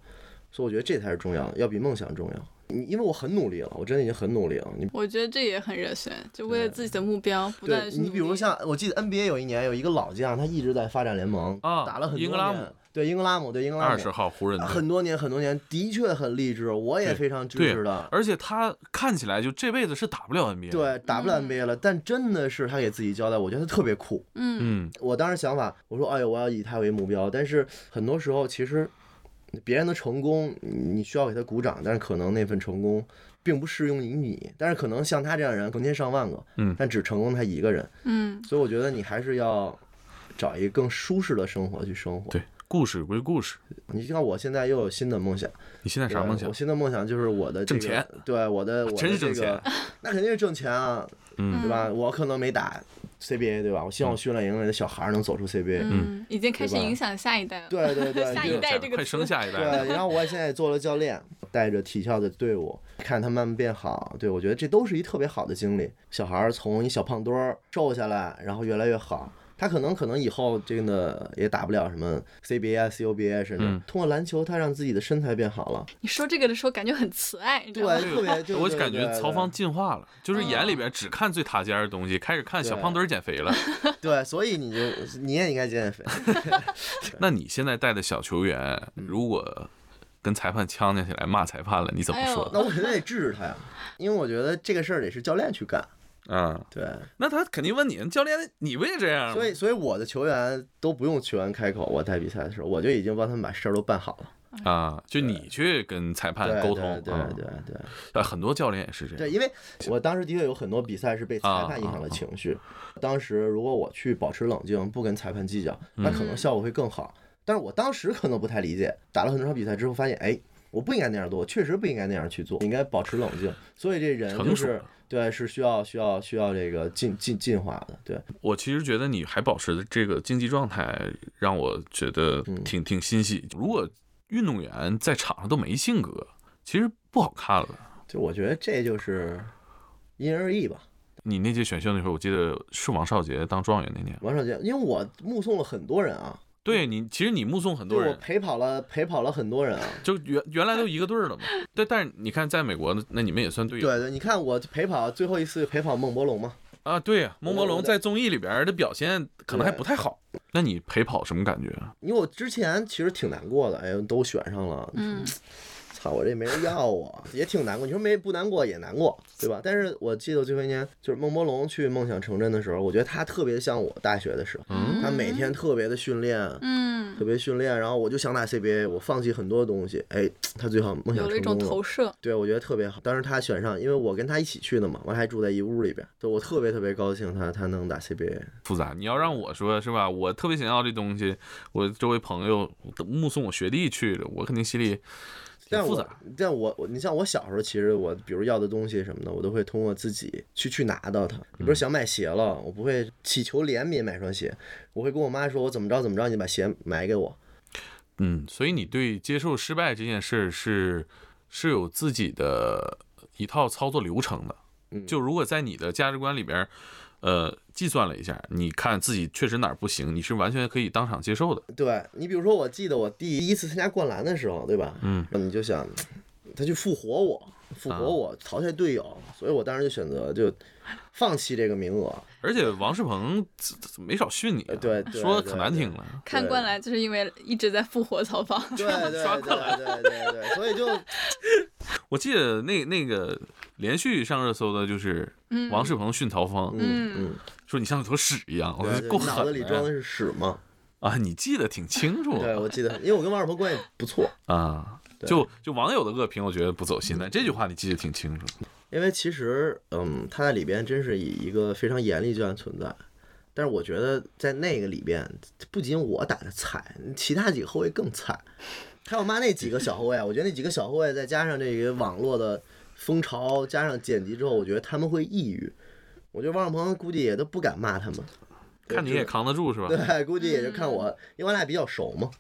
Speaker 4: 所以我觉得这才是重要的，要比梦想重要。你因为我很努力了，我真的已经很努力了。你
Speaker 6: 我觉得这也很热血，就为了自己的目标不断
Speaker 4: 对
Speaker 6: 地去
Speaker 4: 你比
Speaker 6: 努
Speaker 4: 如
Speaker 6: 力
Speaker 4: 像我记得 NBA 有一年有一个老将，他一直在发展联盟，
Speaker 7: 啊
Speaker 4: 打了很多
Speaker 7: 英格拉姆
Speaker 4: 年对英格拉姆，对英格拉姆
Speaker 7: 二十号湖人队
Speaker 4: 啊很多年很多年，的确很励志，我也
Speaker 7: 对
Speaker 4: 非常支
Speaker 7: 对
Speaker 4: 持的。
Speaker 7: 而且他看起来就这辈子是打不了 NBA。
Speaker 4: 对，，打不了 NBA 了，但真的是他给自己交代，我觉得他特别酷。
Speaker 7: 嗯，
Speaker 4: 我当时想法，我说，哎呦，我要以他为目标。但是很多时候，其实别人的成功，你你需要给他鼓掌，但是可能那份成功并不适用于你。但是可能像他这样的人，成千上万个，
Speaker 7: 嗯
Speaker 4: 但只成功他一个人。
Speaker 6: 嗯，
Speaker 4: 所以我觉得你还是要找一个更舒适的生活去生活。
Speaker 7: 对，故事归故事，
Speaker 4: 你像我现在又有新的梦想，
Speaker 7: 你现在啥
Speaker 4: 对
Speaker 7: 梦想
Speaker 4: 我？新的梦想就是我的、这个、
Speaker 7: 挣钱，啊
Speaker 4: 对我的我的
Speaker 7: 真是挣
Speaker 4: 这个， 那肯定是挣钱啊，
Speaker 7: 嗯
Speaker 4: 对吧？我可能没打 CBA，对吧？我希望我训练营里的小孩儿能走出 CBA，、
Speaker 6: 嗯，已经开始
Speaker 4: 对吧
Speaker 6: 影响下一代了。
Speaker 4: 对对对，
Speaker 6: 下一
Speaker 4: 就
Speaker 6: 代这个
Speaker 7: 快生下一
Speaker 4: 对，
Speaker 7: 代，
Speaker 4: 然后我现在也做了教练，带着体校的队伍，看他慢慢变好。对我觉得这都是一特别好的经历。小孩儿从一小胖墩儿瘦下来，然后越来越好。他可能可能以后真的也打不了什么 CBA 啊、CUBA，甚至、
Speaker 7: 嗯
Speaker 4: 通过篮球，他让自己的身材变好了。
Speaker 6: 你说这个的时候感觉很慈爱，你知
Speaker 4: 对
Speaker 6: 道吗？，
Speaker 4: 特 别就
Speaker 7: 我
Speaker 4: 对
Speaker 7: 感觉
Speaker 4: 对
Speaker 7: 曹
Speaker 4: 对
Speaker 7: 芳进化了，就是眼
Speaker 6: 嗯
Speaker 7: 里边只看最塔尖儿的东西，开始看小胖墩儿减肥 了。
Speaker 4: 对，所以你就你也应该减减肥。
Speaker 7: 那你现在带的小球员，
Speaker 4: 嗯
Speaker 7: 如果跟裁判呛呛起来骂裁判了，你怎么
Speaker 6: 哎呦
Speaker 7: 说？
Speaker 4: 那我肯定得制止他呀，因为我觉得这个事儿得是教练去干。
Speaker 7: 嗯，
Speaker 4: 对，
Speaker 7: 那他肯定问你，教练你不也这样吗？
Speaker 4: 所以所以我的球员都不用球员开口，我带比赛的时候我就已经帮他们把事儿都办好了。
Speaker 7: 啊，就你去跟裁判
Speaker 4: 对
Speaker 7: 沟通，
Speaker 4: 对
Speaker 7: 啊
Speaker 4: 对对对
Speaker 7: 哎很多教练也是这
Speaker 4: 对，
Speaker 7: 样，
Speaker 4: 因为我当时的确有很多比赛是被裁判影
Speaker 7: 啊
Speaker 4: 响了情绪。当时如果我去保持冷静，不跟裁判计较，那
Speaker 7: 嗯
Speaker 4: 可能效果会更好。但是我当时可能不太理解，打了很多场比赛之后发现，哎，我不应该那样做，我确实不应该那样去做，应该保持冷静。所以这人
Speaker 7: 成
Speaker 4: 就
Speaker 7: 熟
Speaker 4: 是
Speaker 7: 了
Speaker 4: 对，是需要需要需要这个进进进化的，对。
Speaker 7: 我其实觉得你还保持的这个竞技状态，让我觉得挺挺欣喜。如果运动员在场上都没性格，其实不好看了。
Speaker 4: 就我觉得这就是因人而异吧。
Speaker 7: 你那届选秀那时候，我记得是王少杰当状元那年，
Speaker 4: 王少杰，因为我目送了很多人啊，
Speaker 7: 对你，其实你目送很
Speaker 4: 对
Speaker 7: 多
Speaker 4: 我
Speaker 7: 人，
Speaker 4: 陪跑了陪跑了很多人啊。
Speaker 7: 就原原来都一个队 儿了嘛。对，但是你看，在美国，那你们也算队友
Speaker 4: 对对，你看我陪跑最后一次陪跑孟博龙嘛，
Speaker 7: 啊。对呀，孟
Speaker 4: 我
Speaker 7: 博
Speaker 4: 我
Speaker 7: 龙
Speaker 4: 的
Speaker 7: 在综艺里边的表现可能还不太好。那你陪跑什么感觉啊？
Speaker 4: 因为我之前其实挺难过的，哎呦都选上了，
Speaker 6: 嗯，
Speaker 4: 操我这没人要我，也挺难过。你说没不难过也难过，对吧？但是我记得最后一年就是孟博龙去梦想成真的时候，我觉得他特别像我大学的时候，
Speaker 7: 嗯
Speaker 4: 他每天特别的训练，
Speaker 6: 嗯，
Speaker 4: 特别训练，然后我就想打 CBA，我放弃很多东西，哎，他最后梦想
Speaker 6: 有了一
Speaker 4: 成
Speaker 6: 种
Speaker 4: 功了
Speaker 6: 投。射，
Speaker 4: 对，我觉得特别好。当时他选上，因为我跟他一起去的嘛，我还住在一屋里边，对我特别特别高兴他，他能打 CBA。
Speaker 7: 复杂。你要让我说是吧？我特别想要这东西，我周围朋友目送我学弟去了，我肯定心里挺
Speaker 4: 但
Speaker 7: 复
Speaker 4: 我
Speaker 7: 杂。
Speaker 4: 但我我你像我小时候，其实我比如要的东西什么的，我都会通过自己去去拿到它。你
Speaker 7: 嗯
Speaker 4: 不是想买鞋了，我不会祈求怜悯买双鞋，我会跟我妈说，我怎么着怎么着，你把鞋买给我。
Speaker 7: 嗯，所以你对接受失败这件事儿是是有自己的一套操作流程的。
Speaker 4: 嗯
Speaker 7: 就如果在你的价值观里边儿，呃，计算了一下，你看自己确实哪儿不行，你是完全可以当场接受的。
Speaker 4: 对你比如说，我记得我第一次参加灌篮的时候，对吧？
Speaker 7: 嗯，
Speaker 4: 你就想他去复活我，复
Speaker 7: 啊
Speaker 4: 活我，淘汰队友，所以我当时就选择就放弃这个名额。
Speaker 7: 而且王世鹏这这没少训你啊、
Speaker 4: 呃对对
Speaker 7: 说的
Speaker 4: 对
Speaker 7: 可难
Speaker 4: 对
Speaker 7: 听了。
Speaker 6: 看
Speaker 4: 对
Speaker 6: 惯来就是因为一直在复活曹芳。
Speaker 4: 对对对对对对，所以就
Speaker 7: 我记得那那个连续上热搜的就是王世鹏训曹芳，
Speaker 4: 嗯嗯，
Speaker 7: 说你像坨屎一样，我
Speaker 4: 对
Speaker 7: 说
Speaker 4: 对
Speaker 7: 够
Speaker 4: 脑子
Speaker 7: 狠
Speaker 4: 里装的
Speaker 7: 呀
Speaker 4: 是屎嘛。
Speaker 7: 啊！你记得挺清楚
Speaker 4: 对，我记得，因为我跟王二鹏关系不错，
Speaker 7: 啊。就就网友的恶评，我觉得不走心，但这句话你记得挺清楚。
Speaker 4: 因为其实嗯，他在里边真是以一个非常严厉这样存在。但是我觉得在那个里边，不仅我打的菜，其他几个后卫更菜。还有妈那几个小后卫啊，我觉得那几个小后卫再加上这个网络的风潮加上剪辑之后，我觉得他们会抑郁。我觉得汪小鹏估计也都不敢骂他们，
Speaker 7: 看你也扛得住是吧？
Speaker 4: 对， 估计也就看我，因为我俩比较熟嘛。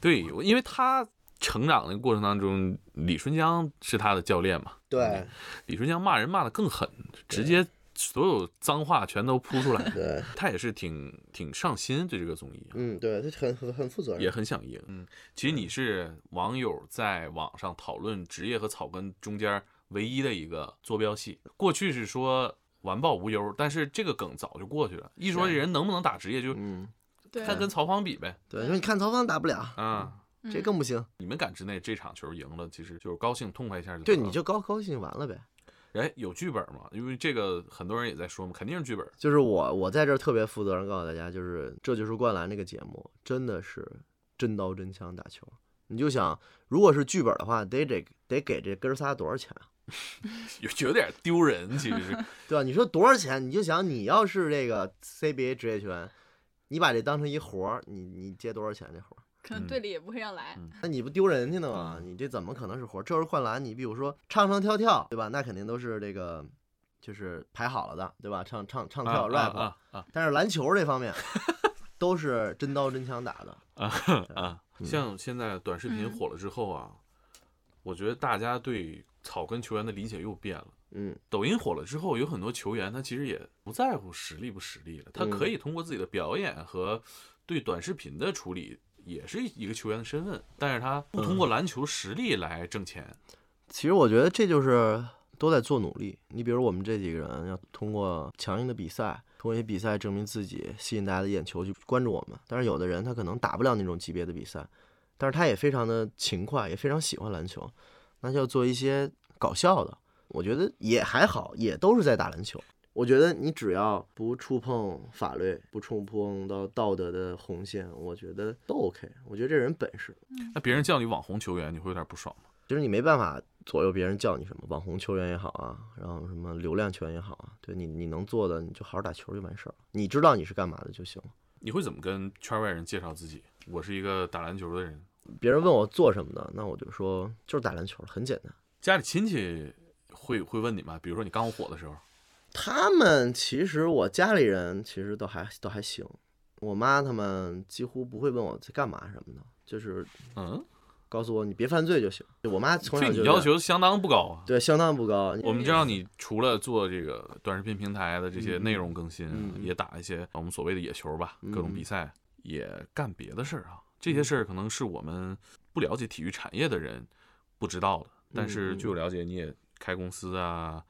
Speaker 7: 对，因为他成长的过程当中，李春江是他的教练嘛，
Speaker 4: 对
Speaker 7: 李春江骂人骂得更狠，直接所有脏话全都扑出来。
Speaker 4: 对，
Speaker 7: 他也是挺挺上心对这个综艺，
Speaker 4: 嗯，对他很很很负责
Speaker 7: 也
Speaker 4: 任，
Speaker 7: 很想赢。嗯，其实你是网友在网上讨论职业和草根中间唯一的一个坐标系。过去是说完爆无忧，但是这个梗早就过去了。一说这人能不能打职业，就
Speaker 4: 啊嗯，
Speaker 6: 对
Speaker 7: 看跟曹芳比呗。
Speaker 4: 对，说你看曹芳打不了，
Speaker 7: 啊，
Speaker 4: 这更不行，
Speaker 7: 你们感知内这场球赢了，其实就是高兴痛快一下就
Speaker 4: 对，
Speaker 7: 得
Speaker 4: 你
Speaker 7: 了
Speaker 4: 就高高兴完了呗。
Speaker 7: 哎有剧本嘛？因为这个很多人也在说嘛，肯定是剧本。
Speaker 4: 就是我，我在这儿特别负责任告诉大家，就是这就是灌篮这个节目，真的是真刀真枪打球。你就想，如果是剧本的话，得得得给这哥仨多少钱啊？
Speaker 7: 有有点丢人，其实是
Speaker 4: 对吧？你说多少钱？你就想，你要是这个 CBA 职业球员，你把这当成一活儿，你你接多少钱这活儿？
Speaker 6: 可能队里也不会让来。
Speaker 4: 那你不丢人去呢吗？
Speaker 7: 嗯
Speaker 4: 你这怎么可能是活儿？这是灌篮，你比如说唱唱跳跳，对吧？那肯定都是这个，就是排好了的，对吧？唱唱唱跳、rap，、
Speaker 7: 啊啊
Speaker 4: 但是篮球这方面都是真刀真枪打的。
Speaker 7: 啊啊啊！像现在短视频火了之后啊，我觉得大家对草根球员的理解又变了。
Speaker 4: 嗯，
Speaker 7: 抖音火了之后，有很多球员他其实也不在乎实力不实力了，他可以通过自己的表演和对短视频的处理，也是一个球员的身份，但是他不通过篮球实力来挣钱。
Speaker 4: 其实我觉得这就是都在做努力。你比如我们这几个人要通过强硬的比赛，通过一些比赛证明自己，吸引大家的眼球去关注我们。但是有的人他可能打不了那种级别的比赛，但是他也非常的勤快，也非常喜欢篮球，那就要做一些搞笑的。我觉得也还好，也都是在打篮球。我觉得你只要不触碰法律，不触碰到道德的红线，我觉得都 OK。我觉得这人本事，
Speaker 7: 那别人叫你网红球员，你会有点不爽吗？
Speaker 4: 就是你没办法左右别人叫你什么，网红球员也好啊，然后什么流量球员也好啊，对你你能做的，你就好好打球就完事儿了。你知道你是干嘛的就行了。
Speaker 7: 你会怎么跟圈外人介绍自己？我是一个打篮球的人。
Speaker 4: 别人问我做什么的，那我就说就是打篮球，很简单。
Speaker 7: 家里亲戚会会问你吗？比如说你刚火的时候，
Speaker 4: 他们其实我家里人其实都还都还行，我妈他们几乎不会问我在干嘛什么的，就是
Speaker 7: 嗯，
Speaker 4: 告诉我你别犯罪就行。我妈从
Speaker 7: 对
Speaker 4: 小
Speaker 7: 你
Speaker 4: 就
Speaker 7: 要求相当不高啊。
Speaker 4: 对相当不高，
Speaker 7: 我们知道你除了做这个短视频平台的这
Speaker 4: 嗯
Speaker 7: 些内容更新，啊也打一些我们所谓的野球吧，各
Speaker 4: 嗯
Speaker 7: 种比赛，也干别的事儿啊。这些事儿可能是我们不了解体育产业的人不知道的，但
Speaker 4: 嗯
Speaker 7: 是据我了解，你也开公司啊，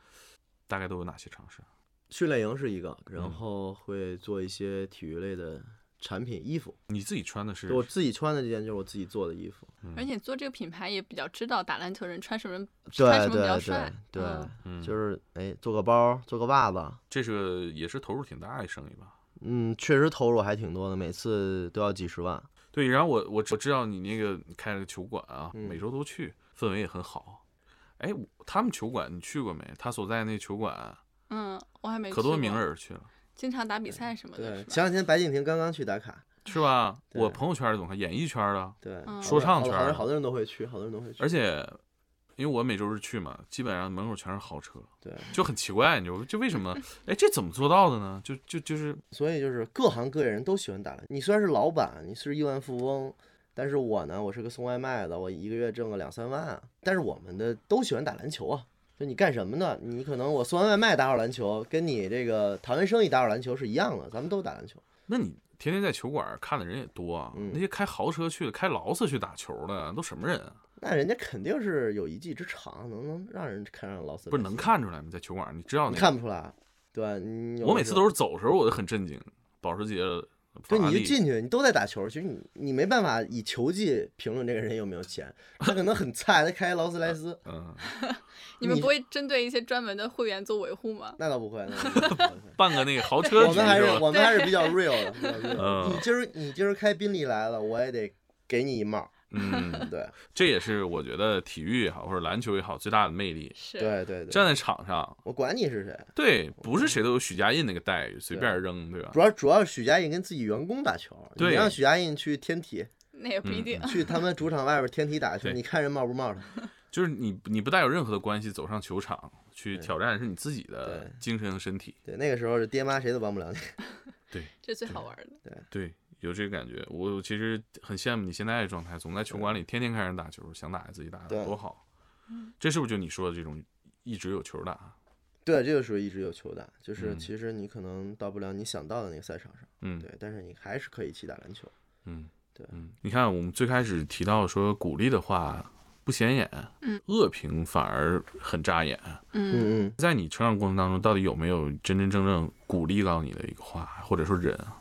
Speaker 7: 大概都有哪些尝试？啊
Speaker 4: 训练营是一个，
Speaker 7: 嗯
Speaker 4: 然后会做一些体育类的产品衣服。
Speaker 7: 你自己穿的是嗯
Speaker 4: 我自己穿的这件就是我自己做的衣服，
Speaker 6: 而且做这个品牌也比较知道打篮球人穿什么穿
Speaker 4: 对
Speaker 6: 什么比较
Speaker 4: 对
Speaker 6: 帅
Speaker 4: 对。对
Speaker 6: 嗯，
Speaker 4: 就是哎，做个包，做个袜子，
Speaker 7: 这是个也是投入挺大的生意吧？
Speaker 4: 嗯，确实投入还挺多的，每次都要几十万。
Speaker 7: 对，然后我我知我知道你那个你开了个球馆啊，
Speaker 4: 嗯
Speaker 7: 每周都去，氛围也很好。哎，我他们球馆你去过没？他所在那球馆
Speaker 6: 嗯，我还没
Speaker 7: 可多
Speaker 6: 去过
Speaker 7: 名，人去了，
Speaker 6: 经常打比赛什么的，是吧
Speaker 4: 前两天白敬亭刚刚去打卡，
Speaker 7: 是吧？我朋友圈儿总看演艺圈儿的，
Speaker 4: 对，
Speaker 6: 嗯
Speaker 7: 说唱
Speaker 4: 好多
Speaker 7: 圈
Speaker 4: 好
Speaker 7: 儿
Speaker 4: 多好多人都会去，好多人都会去，
Speaker 7: 而且因为我每周日去嘛，基本上门口全是豪车，
Speaker 4: 对，
Speaker 7: 就很奇怪，你知道吗就为什么？哎，这怎么做到的呢？就就就是
Speaker 4: 所以就是各行各业人都喜欢打篮球。你虽然是老板，你是亿万富翁，但是我呢，我是个送外卖的，我一个月挣个两三万。但是我们的都喜欢打篮球啊。就你干什么呢？你可能我送完外卖打会儿篮球，跟你这个谈完生意打会儿篮球是一样的，咱们都打篮球。
Speaker 7: 那你天天在球馆看的人也多啊，
Speaker 4: 嗯
Speaker 7: 那些开豪车去的、开劳斯去打球的都什么人啊？
Speaker 4: 那人家肯定是有一技之长，能能让人看上劳斯。
Speaker 7: 不是能，看出来吗？在球馆你知道
Speaker 4: 你
Speaker 7: 那个
Speaker 4: 看不出来。对，你有
Speaker 7: 我
Speaker 4: 的
Speaker 7: 每
Speaker 4: 时
Speaker 7: 次
Speaker 4: 候
Speaker 7: 都是走的时候我就很震惊，保时捷。
Speaker 4: 对，
Speaker 7: 法拉
Speaker 4: 你就
Speaker 7: 利
Speaker 4: 进去，你都在打球，其实你你没办法以球技评论这个人有没有钱，他可能很菜，他开劳斯莱斯，
Speaker 7: 嗯，
Speaker 6: 你们
Speaker 4: 你
Speaker 6: 不会针对一些专门的会员做维护吗？
Speaker 4: 那倒不会，那倒不会
Speaker 7: 办个那个豪车
Speaker 4: 我
Speaker 7: 局
Speaker 4: 们还是
Speaker 7: 吧？
Speaker 4: 我们还是比较 real 的 比较 real 的。
Speaker 7: 嗯
Speaker 4: 你今儿你今儿开宾利来了，我也得给你一帽。
Speaker 7: 嗯，
Speaker 4: 对
Speaker 7: 这也是我觉得体育也好或者篮球也好最大的魅力。
Speaker 6: 是，
Speaker 4: 对对对，
Speaker 7: 站在场上，
Speaker 4: 我管你是谁，
Speaker 7: 对，不是谁都有许家印那个待遇，随便扔，对吧
Speaker 4: 主？要主要是许家印跟自己员工打球，你
Speaker 7: 对
Speaker 4: 让许家印去天体，
Speaker 7: 嗯
Speaker 6: 那也不一定。
Speaker 4: 去他们主场外边天体打球，
Speaker 7: 对
Speaker 4: 你看人冒不冒的？
Speaker 7: 就是你你不带有任何的关系走上球场去挑战是你自己的
Speaker 4: 对
Speaker 7: 精神和身体。
Speaker 4: 对，那个时候是爹妈谁都帮不了你。
Speaker 6: 这最好玩的。
Speaker 7: 对，有这个感觉。我其实很羡慕你现在的状态，总在球馆里天天看人打球，想打自己打
Speaker 4: 对
Speaker 7: 多好。这是不是就你说的这种一直有球打？啊
Speaker 4: 对，这个时候一直有球打，就是
Speaker 7: 嗯
Speaker 4: 其实你可能到不了你想到的那个赛场上，
Speaker 7: 嗯
Speaker 4: 对，但是你还是可以一起打篮球。
Speaker 7: 嗯，
Speaker 4: 对
Speaker 7: 嗯，你看我们最开始提到说鼓励的话不显眼，
Speaker 6: 嗯，
Speaker 7: 恶评反而很扎眼。
Speaker 6: 嗯，
Speaker 4: 嗯嗯，
Speaker 7: 在你成长过程当中，到底有没有真真正正鼓励到你的一个话，或者说人啊？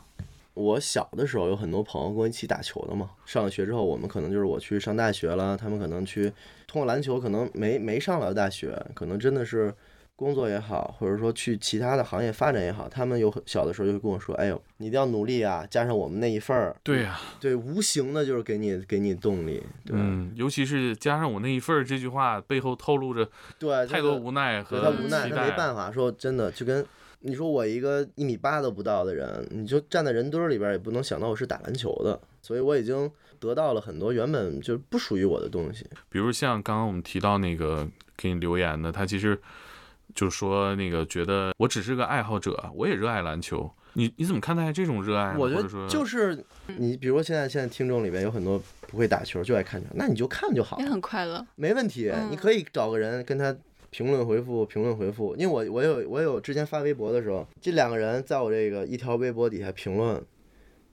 Speaker 4: 我小的时候有很多朋友跟我一起打球的嘛。上了学之后，我们可能就是我去上大学了，他们可能去通过篮球，可能没没上了大学，可能真的是工作也好，或者说去其他的行业发展也好，他们有小的时候就会跟我说：“哎呦，你一定要努力啊，加上我们那一份儿。”
Speaker 7: 对呀、
Speaker 4: 对，无形的就是给你给你动力。对、
Speaker 7: 嗯，尤其是加上我那一份儿这句话背后透露着
Speaker 4: 对，就
Speaker 7: 太多
Speaker 4: 是
Speaker 7: 无奈和
Speaker 4: 呃对他无奈，
Speaker 7: 期
Speaker 4: 他没办
Speaker 7: 待。
Speaker 4: 法。说真的，就跟你说我一个一米八都不到的人，你就站在人堆儿里边儿，也不能想到我是打篮球的。所以我已经得到了很多原本就不属于我的东西。
Speaker 7: 比如像刚刚我们提到那个给你留言的，他其实就说那个觉得我只是个爱好者，我也热爱篮球。你你怎么看待这种热爱呢？
Speaker 4: 我觉
Speaker 7: 哎或者说
Speaker 4: 得就是你，比如说现在现在听众里边有很多不会打球，就爱看球，那你就看就好
Speaker 6: 也
Speaker 4: 了，
Speaker 6: 很快乐。
Speaker 4: 没问题。你可以找个人跟他。评论回复，评论回复，因为我我有我有之前发微博的时候，这两个人在我这个一条微博底下评论，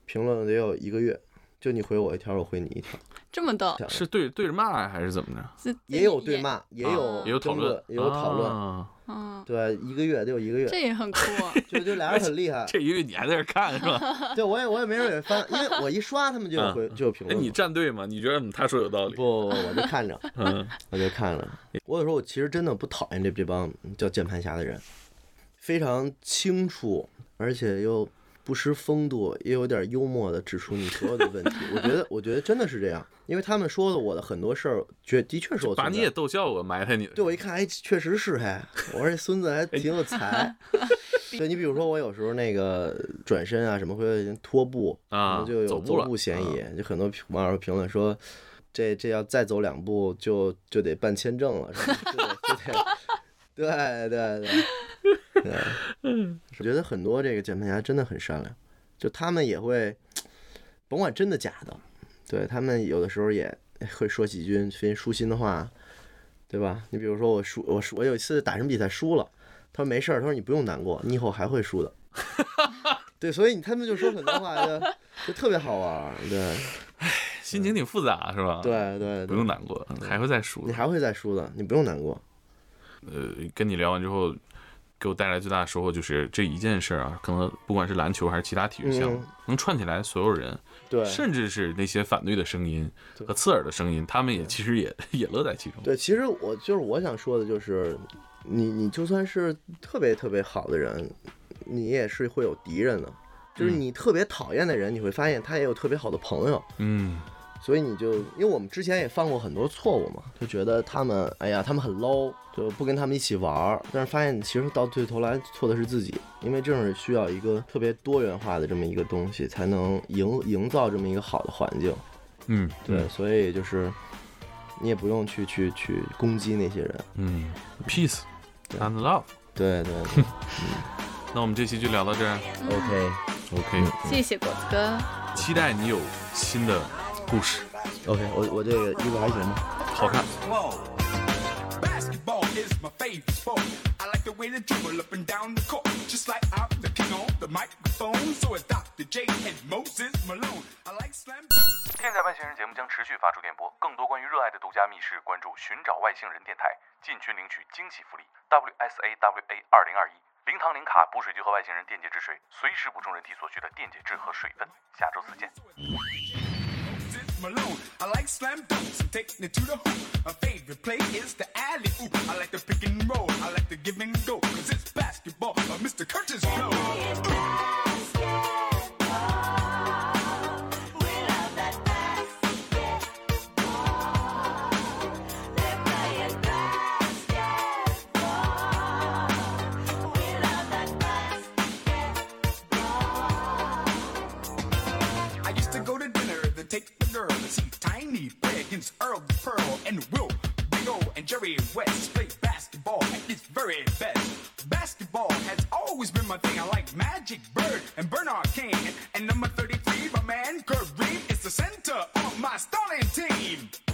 Speaker 4: 评论得有一个月，就你回我一条，我回你一条，
Speaker 6: 这么逗，
Speaker 7: 是对对着骂呀还是怎么着？
Speaker 6: 自
Speaker 4: 也有对，骂，也
Speaker 7: 啊
Speaker 4: 有
Speaker 7: 也有讨
Speaker 4: 争
Speaker 7: 论
Speaker 4: 论，，也有讨论。
Speaker 7: 啊。
Speaker 6: 嗯，
Speaker 4: 对，一个月得有一个月，
Speaker 6: 这也很酷 啊。
Speaker 4: 就就俩人很厉害
Speaker 7: 这一个你还在这看是 吧？
Speaker 4: 对，我也我也没准也翻，因为我一刷他们就有回就有评
Speaker 7: 哎，
Speaker 4: 论嘛。
Speaker 7: 你站队吗？你觉得嗯他说有道理？
Speaker 4: 不，我就看着，
Speaker 7: 嗯，
Speaker 4: 我就看着。我有时候我其实真的不讨厌这这帮叫键盘侠的人，非常清楚，而且又不失风度，也有点幽默的指出你所有的问题。我觉得，我觉得真的是这样，因为他们说的我的很多事儿，觉的确是我
Speaker 7: 把
Speaker 4: 存
Speaker 7: 你
Speaker 4: 在
Speaker 7: 也逗笑我，埋汰你。
Speaker 4: 对，我一看，哎，确实是还，我说这孙子还挺有才。 对你比如说，我有时候那个转身啊什么会有点拖步可
Speaker 7: 啊
Speaker 4: 能就有
Speaker 7: 走步了啊
Speaker 4: 步嫌疑，就很多网友评论说。这这要再走两步就就得办签证了，是吧？ 就得就得，对对对， 对，
Speaker 7: 嗯
Speaker 4: 我觉得很多这个键盘侠真的很善良，就他们也会，甭管真的假的，对他们有的时候也会说几句非常舒心的话，对吧？你比如说我输，我输，我有一次打什么比赛输了，他说没事儿，他说你不用难过，你以后还会输的。 对，所以他们就说很多话就就特别好玩儿，对
Speaker 7: 心情挺复杂是吧？，
Speaker 4: 对对，
Speaker 7: 啊不用，难过，还会再输
Speaker 4: 你。还会再输的，你不用难过。
Speaker 7: 呃，跟你聊完之后，给我带来最大的收获就是这一件事儿啊，可能不管是篮球还是其他体育项目
Speaker 4: 嗯，
Speaker 7: 能串起来所有人，
Speaker 4: 对，
Speaker 7: 甚至是那些反对的声音和刺耳的声音，他们也其实也 也乐在其中。
Speaker 4: 对，其实我就是我想说的，就是你你就算是特别特别好的人，你也是会有敌人的。就是你特别讨厌的人，你会发现他也有特别好的朋友，
Speaker 7: 嗯，
Speaker 4: 所以你就因为我们之前也犯过很多错误嘛，就觉得他们哎呀他们很 low，就不跟他们一起玩儿。但是发现其实到最头来错的是自己，因为这种需要一个特别多元化的这么一个东西，才能营营造这么一个好的环境。
Speaker 7: 嗯，
Speaker 4: 对，所以就是你也不用去去去攻击那些人。
Speaker 7: 嗯，peace and love。
Speaker 4: 对对对
Speaker 7: 那我们这期就聊到这儿
Speaker 4: ，OK
Speaker 7: ，OK，
Speaker 6: 谢谢果子哥，
Speaker 7: 期待你有新的故事，
Speaker 4: OK，我我这个衣服还行吗？
Speaker 7: 好看。
Speaker 10: Basketball is my favorite sport. I like the way they dribble up and down the court, just like I'm the king on the microphone. So it's Dr. J and Moses Malone. I like slam.
Speaker 2: 天才外星人节目将持续发出电波，更多关于热爱的独家密室，关注“寻找外星人”电台，进群领取惊喜福利。WSAWA 二零二一零糖零卡补水机和外星人电解质水，随时补充人体所需的电解质和水分。下周四见。
Speaker 10: Moses Malone. I like slam dunks and taking it to the hoop. My favorite play is the alley oop. I like the pick and roll. I like the give and go. Cause it's basketball. Uh, Mr. Curtis Blow. I used to go to dinner to take the girl to see Tiny Fred against Earl the Pearl and Will. Be Ringo and Jerry West play basketball at its very best. Basketball has always been my thing. I like Magic Bird and Bernard King. And number 33, my man Kareem is the center of my starting team.